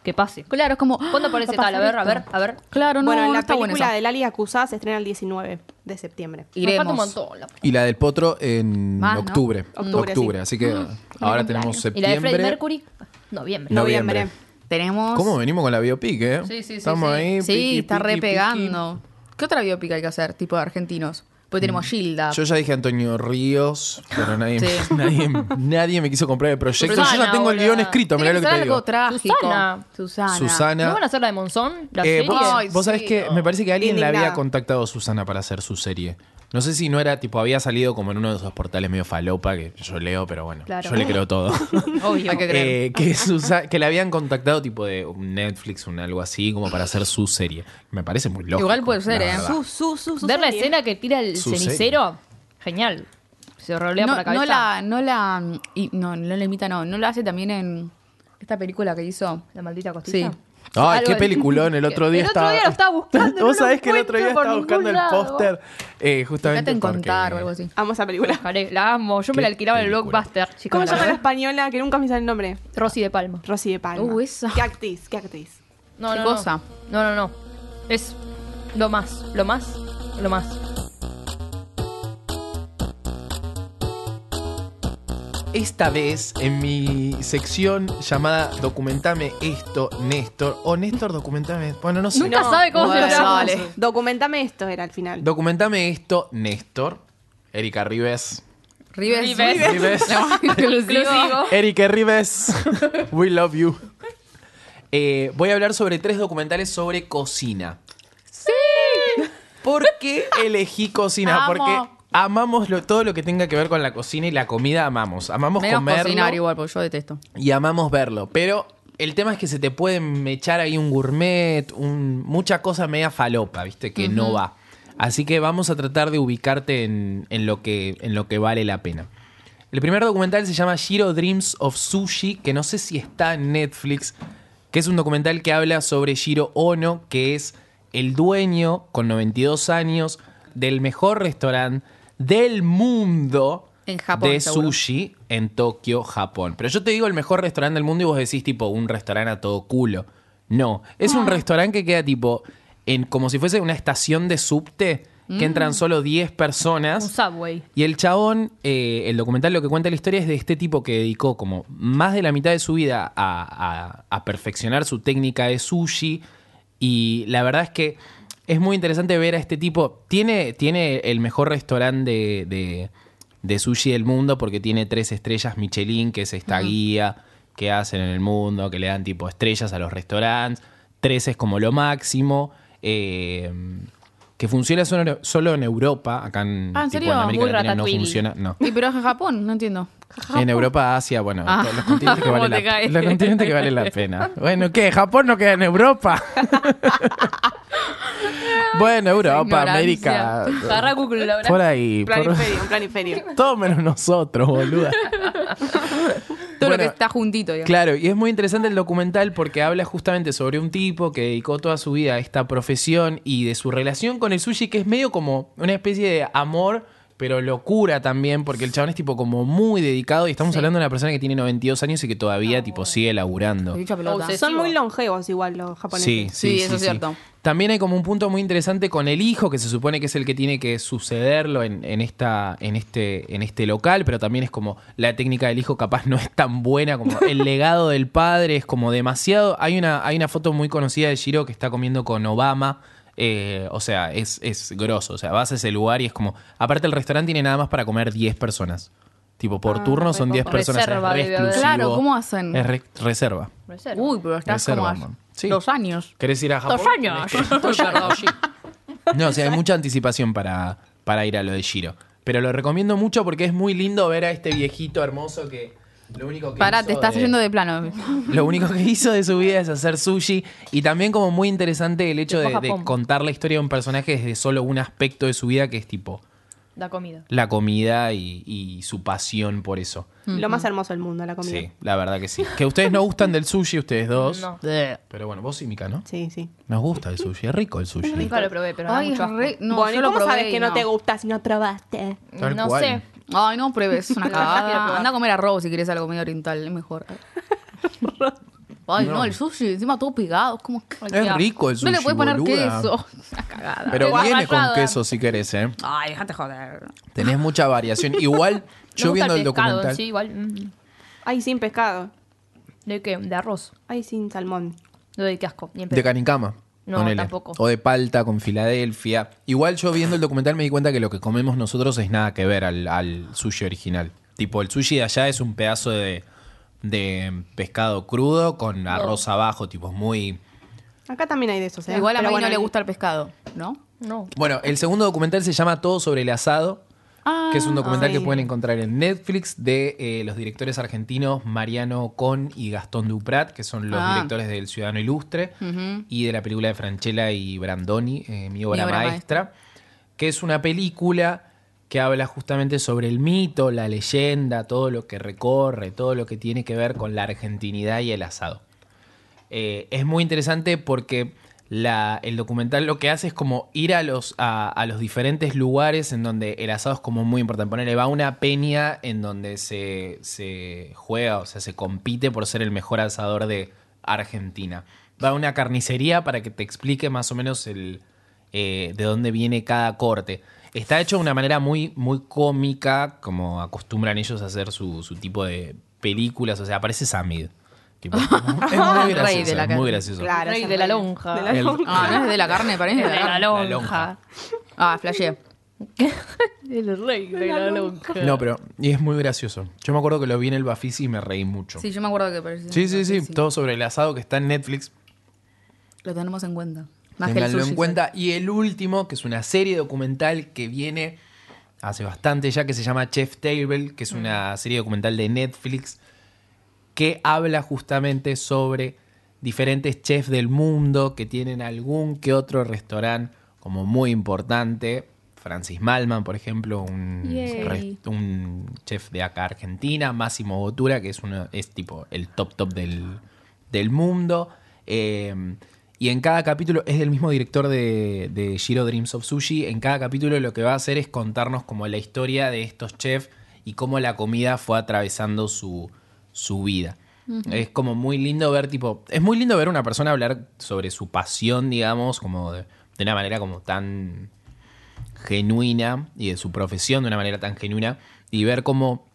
B: Que pase.
C: Claro, es como.
B: <gasps> ¿Cuándo aparece
C: va
B: tal? A
C: pasar
B: ver, a ver,
C: esto.
B: a ver.
C: Claro, no,
D: bueno,
C: no
D: la
C: está bueno
D: película
C: eso.
D: de Lali Acusada se estrena el 19 de septiembre.
B: Nos
C: Iremos.
B: falta un montón. la-
A: Y la del Potro en
C: Más, ¿no?
A: octubre.
D: Octubre,
A: Octubre, así
B: Ah,
A: que ahora tenemos
B: Y la de
A: septiembre.
B: Freddie Mercury, noviembre.
A: No.
D: Noviembre.
A: Noviembre.
C: Tenemos.
A: ¿Cómo venimos con la biopic, eh?
B: Sí, sí, sí,
A: Estamos
B: sí.
A: ahí.
C: Sí,
A: piqui,
C: está
A: piqui, piqui.
C: repegando. ¿Qué otra biopic hay que hacer? Tipo de argentinos. Pues tenemos Gilda.
A: Mm. Yo ya dije Antonio Ríos, pero nadie,
C: Sí.
A: <laughs> nadie, nadie me quiso comprar el proyecto. Yo ya
B: Susana,
A: tengo el
B: boluda.
A: guión escrito,
C: Tiene
A: mirá lo
C: que
A: que
C: ser
A: te
C: algo
A: digo.
C: trágico.
B: Susana.
C: Susana.
A: Susana.
B: ¿No van a hacer la de Monzón? ¿La
A: Eh,
B: serie?
A: vos
C: Ay,
A: vos sabés
C: sí,
A: que
C: no.
A: me parece que alguien la había
D: Indignada.
A: contactado a Susana para hacer su serie. No sé si no era tipo, había salido como en uno de esos portales medio falopa que yo leo, pero bueno,
B: Claro.
A: yo le creo todo.
C: <laughs> Obvio. Hay que creer.
A: Eh, que, Susa- que la habían contactado tipo de un Netflix, un algo así, como para hacer su serie. Me parece muy loco.
C: Igual puede ser, ¿eh?
D: Su, su, su, su
B: Ver la
D: serie.
B: escena que tira el
A: Su
B: cenicero, genial. Se rolea
C: no,
B: por la cabeza.
C: no la, no la, y- no, no la imita, no, no la hace también en esta película que hizo.
B: La maldita costilla.
C: Sí.
A: Ay,
B: Algo
A: qué
B: de-
A: peliculón. El otro día
B: <laughs> El otro
A: estaba.
B: día
A: <laughs>
B: lo estaba buscando,
A: Vos
B: no lo
A: sabés que el otro día
B: encuentro
A: estaba
B: por
A: buscando el
B: ningún lado.
A: póster. Eh, justamente.
C: Fíjate en
A: porque-
C: contar o algo así.
D: Amo esa película.
B: Jare, La amo, yo
A: Qué
B: me la alquilaba en el
A: película.
B: blockbuster. chicos,
D: ¿Cómo
B: la
D: se llama la
B: verdad.
D: española que nunca me sale el nombre?
B: Rosy de Palma.
D: Rosy de Palma.
C: Uh, esa.
D: ¿Qué actriz? ¿Qué actriz?
B: No,
C: Qué
B: no,
C: cosa.
B: No. no, no, no. Es lo más, lo más, lo más.
A: Esta vez en mi sección llamada Documentame esto, Néstor. O Néstor, documentame. Bueno, no sé.
B: Nunca sabe cómo
C: bueno,
B: se llama.
C: vale.
D: Documentame esto, era al final.
A: Documentame esto, Néstor. Erika Rives.
C: Rives.
B: Rives.
C: <laughs>
A: Rives.
B: <laughs> Inclusivo.
A: Erike Rives, we love you. Eh, voy a hablar sobre tres documentales sobre cocina. ¡Sí! ¿Por qué elegí cocina?
C: Amo.
A: Porque amamos lo- todo lo que tenga que ver con la cocina y la comida amamos. Amamos
C: Menos
A: comerlo
C: cocinar igual, porque yo detesto.
A: y amamos verlo. Pero el tema es que se te pueden echar ahí un gourmet, un, mucha cosa media falopa, ¿viste? Que no va. Así que vamos a tratar de ubicarte en, en lo que, en lo que vale la pena. El primer documental se llama Shiro Dreams of Sushi, que no sé si está en Netflix, que es un documental que habla sobre Shiro Ono, que es el dueño, con 92 años, del mejor restaurante del mundo
C: En Japón,
A: de
C: seguro.
A: sushi en Tokio, Japón. Pero yo te digo el mejor restaurante del mundo y vos decís tipo un restaurante a todo culo. No, es un restaurante que queda tipo en como si fuese una estación de subte que entran solo 10 personas.
B: Un subway.
A: Y el chabón, eh, el documental lo que cuenta la historia es de este tipo que dedicó como más de la mitad de su vida a, a- a perfeccionar su técnica de sushi. Y la verdad es que es muy interesante ver a este tipo. Tiene, tiene el mejor restaurante de, de- de sushi del mundo porque tiene tres estrellas Michelin, que es esta guía que hacen en el mundo, que le dan tipo estrellas a los restaurantes. Tres es como lo máximo. eh, que funciona solo, solo en Europa, acá en,
C: Ah, ¿en
A: tipo,
C: serio?
A: América
B: Muy
A: Latina no
B: ratatouille.
A: funciona.
C: <laughs>
A: No.
C: Y pero es en Japón, no entiendo.
A: En Europa, Asia, bueno,
C: Ah,
A: los continentes que
C: <laughs> ¿cómo
A: vale
C: te
A: la,
C: cae?
A: los continentes que vale la
C: <laughs>
A: pena. Bueno, ¿qué? Japón no queda en Europa. bueno, Europa, América.
B: Agarra Google, la verdad.
A: Por ahí. por-
D: Planiferio, un
C: <laughs>
D: planiferio.
A: <laughs> todo menos nosotros, boluda.
C: Todo lo que
A: Bueno,
C: está juntito, digamos.
A: Claro, y es muy interesante el documental porque habla justamente sobre un tipo que dedicó toda su vida a esta profesión y de su relación con el sushi, que es medio como una especie de amor, pero locura también, porque el chabón es tipo como muy dedicado y estamos hablando de una persona que tiene 92 años y que todavía tipo sigue laburando.
C: Dicha pelota.
B: Obses-
D: Son muy longevos igual los japoneses.
A: Sí, sí,
C: Sí, eso es cierto.
A: También hay como un punto muy interesante con el hijo, que se supone que es el que tiene que sucederlo en, en esta, en, este, en este local, pero también es como la técnica del hijo capaz no es tan buena, como el legado del padre es como demasiado. Hay una, hay una foto muy conocida de Shiro que está comiendo con Obama. eh, o sea, es, es grosso. O sea, vas a ese lugar y es como. Aparte, el restaurante tiene nada más para comer 10 personas. Tipo, por
D: Ah,
A: turno son
D: re
A: 10
D: poco.
A: personas. es
B: Reserva
A: re
B: debe haber.
A: exclusivo,
C: Claro, ¿cómo hacen?
A: Es re- reserva.
B: Reserva.
C: Uy, pero estás
A: Reserva,
C: como a
A: man. Sí.
C: dos años.
A: ¿Querés ir a Japón?
B: Dos años. <laughs>
A: Dos años. No, o sea, hay mucha anticipación para, para ir a lo de Giro. Pero lo recomiendo mucho porque es muy lindo ver a este viejito hermoso que lo único que
C: Pará,
A: hizo
C: te estás yendo de plano.
A: Lo único que hizo de su vida es hacer sushi. Y también como muy interesante el hecho
B: Se fue
A: de,
B: a
A: de
B: Japón.
A: contar la historia de un personaje desde solo un aspecto de su vida que es tipo
B: Da comida.
A: la comida y, y su pasión por eso.
D: Lo más hermoso del mundo, la comida.
A: Sí, la verdad que sí. Que ustedes no gustan del sushi, ustedes dos.
B: No.
A: Pero bueno, vos y Mika, ¿no?
D: Sí, sí.
A: Nos gusta el sushi, es rico el sushi.
B: Nunca lo probé, pero
C: Ay,
B: da mucho asco.
C: re- no,
D: bueno,
C: yo
D: ¿y
C: lo
D: cómo
C: probé
D: sabes
C: y
D: que no. te gusta si no probaste?
A: Tal
B: No
A: cual.
B: sé.
C: Ay, no pruebes, <laughs> es una
B: La verdad quiero
C: cagada.
B: probar.
C: Anda a comer arroz si quieres algo medio oriental, es <laughs> mejor. Ay, no, el sushi, encima todo pegado, es como...
B: Ay,
A: Es rico el sushi,
C: No le puedes poner
A: boluda.
C: queso, <laughs> es una cagada.
A: Pero
B: Guarrachada.
A: viene con queso si querés, ¿eh?
C: Ay, déjate joder.
A: Tenés mucha variación. Igual,
B: Me
A: yo
B: gusta
A: viendo el,
B: pescado,
A: documental.
B: Sí, igual. mm.
D: Ay, sin pescado.
B: ¿De qué? De arroz.
D: Ay, sin salmón.
B: No de qué asco. Ni en
A: De
B: pedo.
A: Canicama.
B: No,
A: ponele.
B: tampoco.
A: O de palta con Filadelfia. Igual yo viendo el documental me di cuenta que lo que comemos nosotros es nada que ver al, al sushi original. Tipo, el sushi de allá es un pedazo de, de pescado crudo con arroz abajo, tipo, es muy...
D: Acá también hay de esos, ¿eh?
C: Igual a
D: Pero
C: mí
D: bueno,
C: no le gusta el pescado, ¿no?
B: No.
A: Bueno, el segundo documental se llama Todo sobre el asado, que es un documental que pueden encontrar en Netflix de eh, los directores argentinos Mariano Con y Gastón Duprat, que son los
C: Ah.
A: directores del Ciudadano Ilustre y de la película de Franchella y Brandoni, eh, Mi obra,
C: obra
A: maestra, que es una película que habla justamente sobre el mito, la leyenda, todo lo que recorre, todo lo que tiene que ver con la argentinidad y el asado. Eh, es muy interesante porque la- el documental lo que hace es como ir a los, a, a los diferentes lugares en donde el asado es como muy importante. Ponele, va a una peña en donde se, se juega, o sea, se compite por ser el mejor asador de Argentina. Va a una carnicería para que te explique más o menos el, eh, de dónde viene cada corte. Está hecho de una manera muy, muy cómica, como acostumbran ellos a hacer su, su tipo de películas. O sea, aparece Samid. Tipo, es muy
C: El rey
A: gracioso,
C: de la Ah,
A: es
C: carne.
A: muy gracioso.
D: Claro,
B: Rey
D: es
B: de la
D: rey.
B: lonja.
C: <laughs>
D: De la
A: El-
D: lonja.
C: Ah, no es de la carne, parece.
B: De la
A: lonja.
B: lonja.
C: Ah, flashé.
B: El rey de la lonja.
A: No, pero y es muy gracioso. Yo me acuerdo que lo vi en el Bafisi y me reí mucho.
C: Sí, yo me acuerdo que parecía.
A: Sí, sí, sí, Todo sobre el asado que está en Netflix.
C: Lo tenemos en cuenta. Más que el
A: Ténganlo
C: sushi,
A: en cuenta. Y el último, que es una serie documental que viene hace bastante ya, que se llama Chef Table, que es
C: Mm.
A: una serie documental de Netflix que habla justamente sobre diferentes chefs del mundo que tienen algún que otro restaurante como muy importante. Francis Malman, por ejemplo, un,
B: Yay.
A: res- un chef de acá Argentina, Máximo Botura, que es uno, es tipo el top top del, del mundo. Eh, y en cada capítulo, es del mismo director de, de Giro Dreams of Sushi, en cada capítulo lo que va a hacer es contarnos como la historia de estos chefs y cómo la comida fue atravesando su, su vida. Es como muy lindo ver, tipo, es muy lindo ver una persona hablar sobre su pasión, digamos, como de, de una manera como tan genuina y de su profesión de una manera tan genuina y ver cómo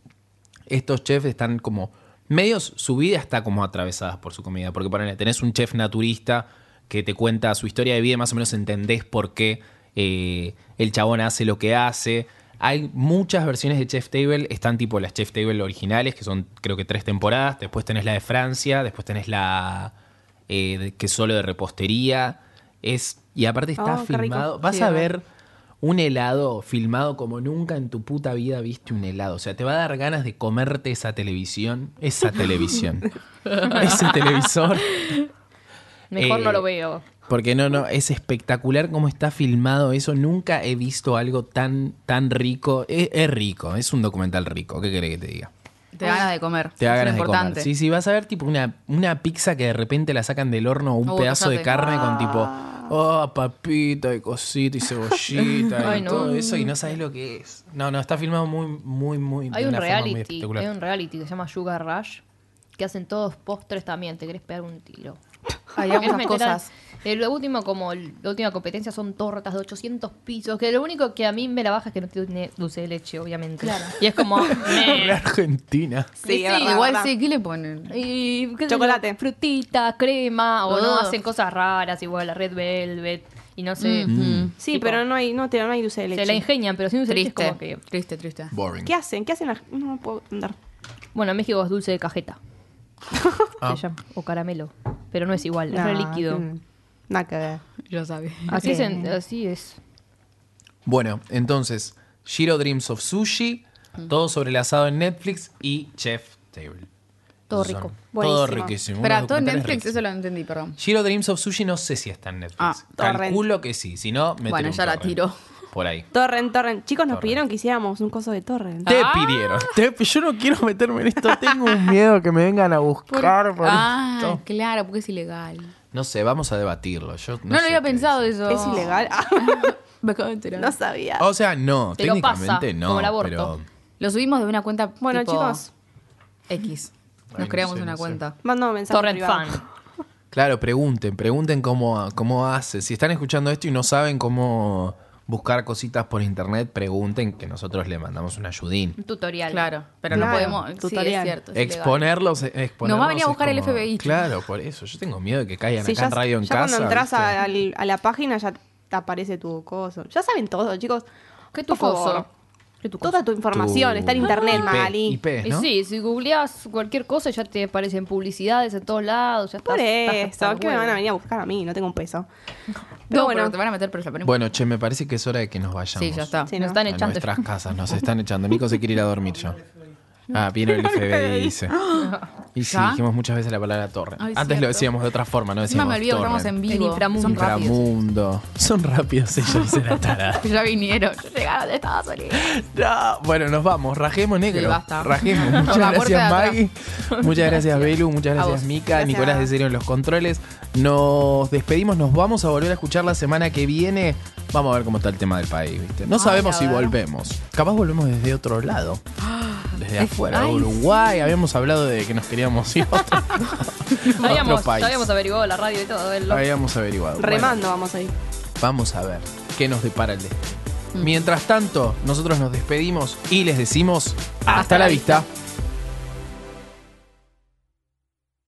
A: estos chefs están como medios, su vida está como atravesadas por su comida, porque ponele, tenés un chef naturista que te cuenta su historia de vida y más o menos entendés por qué eh, el chabón hace lo que hace. Hay muchas versiones de Chef Table, están tipo las Chef Table originales, que son creo que tres temporadas, después tenés la de Francia, después tenés la eh, de- que es solo de repostería, es y aparte está
D: Oh, qué rico.
A: filmado, vas
C: Sí,
A: a
C: ¿verdad?
A: ver un helado filmado como nunca en tu puta vida viste un helado. O sea, te va a dar ganas de comerte esa televisión. Esa televisión. ese televisor.
B: Mejor
A: Eh,
B: no lo veo.
A: Porque no, no, es espectacular cómo está filmado eso. Nunca he visto algo tan, tan rico. Es, es rico, es un documental rico. ¿Qué querés que te diga?
C: Te da ganas de comer.
A: Te da
C: Es
A: ganas de
C: importante.
A: comer. Sí, sí, vas a ver tipo una, una pizza que de repente la sacan del horno o un
B: Uh,
C: Oh,
A: pedazo de
C: cállate.
A: carne con tipo,
B: Ah.
A: oh, papita y cosita y cebollita
B: <laughs> Ay,
A: y
B: no.
A: todo eso y no sabes lo que es. No, no, está filmado muy, muy, muy. de
B: Hay un
A: una forma muy
B: reality,
A: espectacular.
B: hay un reality que se llama Sugar Rush, que hacen todos postres también, te querés pegar un tiro.
C: <laughs> Hay
B: Porque
C: algunas
B: me enteré-
C: cosas.
B: eh, lo último, como el- la última competencia son tortas de 800 pisos, que lo único que a mí me la baja es que no tiene dulce de leche, obviamente. Y es
C: <laughs>
A: <laughs>
B: como...
A: Re
B: meh.
A: Argentina.
C: Sí,
D: es verdad,
C: igual
D: verdad.
C: sí, ¿qué le ponen?
B: Y, qué sé yo,
D: Chocolate.
B: Frutita, crema, o no,
C: Ugh.
B: hacen cosas raras, igual la Red Velvet, y no sé.
C: Mm,
D: Sí,
B: Tipo,
D: pero no hay, no, te- no hay dulce de
B: Se la
D: leche.
B: ingenian, pero sin dulce de leche es
C: Triste,
B: como que...
C: triste, triste.
A: Boring.
D: ¿Qué hacen? ¿Qué hacen? las- No, no puedo andar.
B: Bueno, en México es dulce de cajeta.
A: Ah.
B: Se llama, o caramelo. Pero no es igual, es
C: Ah,
D: No,
B: re líquido.
D: mm, Nada que ver.
C: Yo sabía.
B: Así, es en-
D: Eh.
B: así es.
A: Bueno, entonces, Shiro Dreams of Sushi,
B: Mm.
A: todo sobre el asado en Netflix y Chef Table.
B: Todo
A: Esos son-
B: rico.
A: Todo
D: Buenísimo.
A: riquísimo.
C: Para
A: unos
C: todo en
A: documentales
C: Netflix,
A: riquísimos.
C: eso lo entendí, perdón.
A: Giro Dreams of Sushi no sé si está en Netflix.
C: Ah,
D: torrent.
A: Calculo que sí, si no, me
C: Bueno, ya la tiró.
A: Por
D: <laughs>
A: ahí.
D: Torren, torren. Chicos, nos
A: Torrent.
D: pidieron que hiciéramos un coso de torren.
A: Te pidieron. Te- yo no quiero meterme en esto. Tengo un miedo que me vengan a buscar por
C: ah,
A: esto.
C: claro, porque es ilegal. No,
A: No sé, vamos a debatirlo. Yo no,
C: lo
A: sé
C: había
A: qué
C: pensado eso.
D: Es ilegal. Ah,
C: <laughs> Me acabo de enterar.
D: no sabía.
A: decir. O sea, no,
B: Te lo
A: técnicamente
B: pasa,
A: no.
B: como el aborto.
A: Pero
C: Lo subimos de una cuenta.
D: Bueno,
C: tipo
D: chicos,
C: X. Nos
A: Ay, no
C: creamos
A: sé,
C: una
A: no sé.
C: cuenta.
D: mandó un mensaje.
B: Torrent
D: privado.
B: fan.
A: Claro, pregunten, pregunten cómo, cómo hace. Si están escuchando esto y no saben cómo buscar cositas por internet, pregunten que nosotros le mandamos un ayudín.
B: Un tutorial.
C: Claro, pero no
D: Claro,
C: podemos. Sí, es
D: tutorial.
C: cierto. es ilegal.
A: Exponerlos, eh, exponerlos.
C: Nos va a venir a
A: es
C: buscar el
A: como-
C: FBI.
A: Claro, por eso. Yo tengo miedo de que caigan
D: Sí,
A: acá
D: ya,
A: en radio en
D: ya
A: casa.
D: cuando entras
A: ¿viste?
D: a, al- a la página ya te aparece tu coso. Ya saben todo, chicos.
B: ¿Qué tu
D: Por favor.
B: coso? ¿Qué tu coso?
D: Toda tu información
A: Tu
D: está en internet,
A: IP,
D: Magali.
A: IP,
B: Y
A: ¿no?
B: sí, si googleás cualquier cosa ya te aparecen publicidades en todos lados. Ya
D: Por
B: estás- estás hasta
D: eso,
B: el
D: ¿qué me van a
B: huevo.
D: venir a buscar a mí? No tengo un peso.
C: No,
D: Pero
C: bueno.
D: bueno,
C: te van a meter presa. pero no
A: Bueno, che, me parece que es hora de que nos
C: importa.
A: vayamos.
C: Sí, ya está.
D: Sí,
B: Nos
D: ¿no?
B: están
A: A
B: echando.
A: nuestras casas, nos están echando. Nico se quiere ir a dormir ya.
C: <laughs>
A: Ah, vino el FBI, dice. Y sí,
C: ¿Ya?
A: dijimos muchas veces la palabra torre.
C: Ay,
A: Antes lo
C: cierto.
A: decíamos de otra forma, no
C: Encima
A: decíamos
C: me olvido que estamos
A: torrent.
C: en vivo.
B: En inframundo.
C: Son rápidos.
A: Inframundo. Son rápidos ellos, dice la tarada.
C: Ya vinieron. ya Llegaron de Estados Unidos.
A: No, Bueno, nos vamos. Rajemos, negro.
C: Sí, basta. <laughs>
A: Rajemos.
C: Por
A: Muchas
C: la puerta de
A: gracias,
C: atrás.
A: Maggie. Muchas gracias, Belu. Muchas gracias,
C: vos.
A: Mica.
D: Gracias.
A: Nicolás de Cero en los controles. Nos despedimos. Nos vamos a volver a escuchar la semana que viene. Vamos a ver cómo está el tema del país, ¿viste? No
C: Ay,
A: sabemos
C: a
A: si
C: ver.
A: volvemos. Capaz volvemos desde otro
C: <gasps>
A: lado. Desde
C: es-
A: afuera, de
C: ay,
A: Uruguay. Habíamos hablado de que nos queríamos ir a
C: <laughs>
A: otro, a otro
B: <laughs> Habíamos,
A: país.
B: habíamos averiguado la radio y todo. el-
A: Habíamos averiguado. Bueno.
D: remando vamos a ir.
A: Vamos a ver qué nos depara el destino. Mientras tanto, nosotros nos despedimos y les decimos hasta, la vista.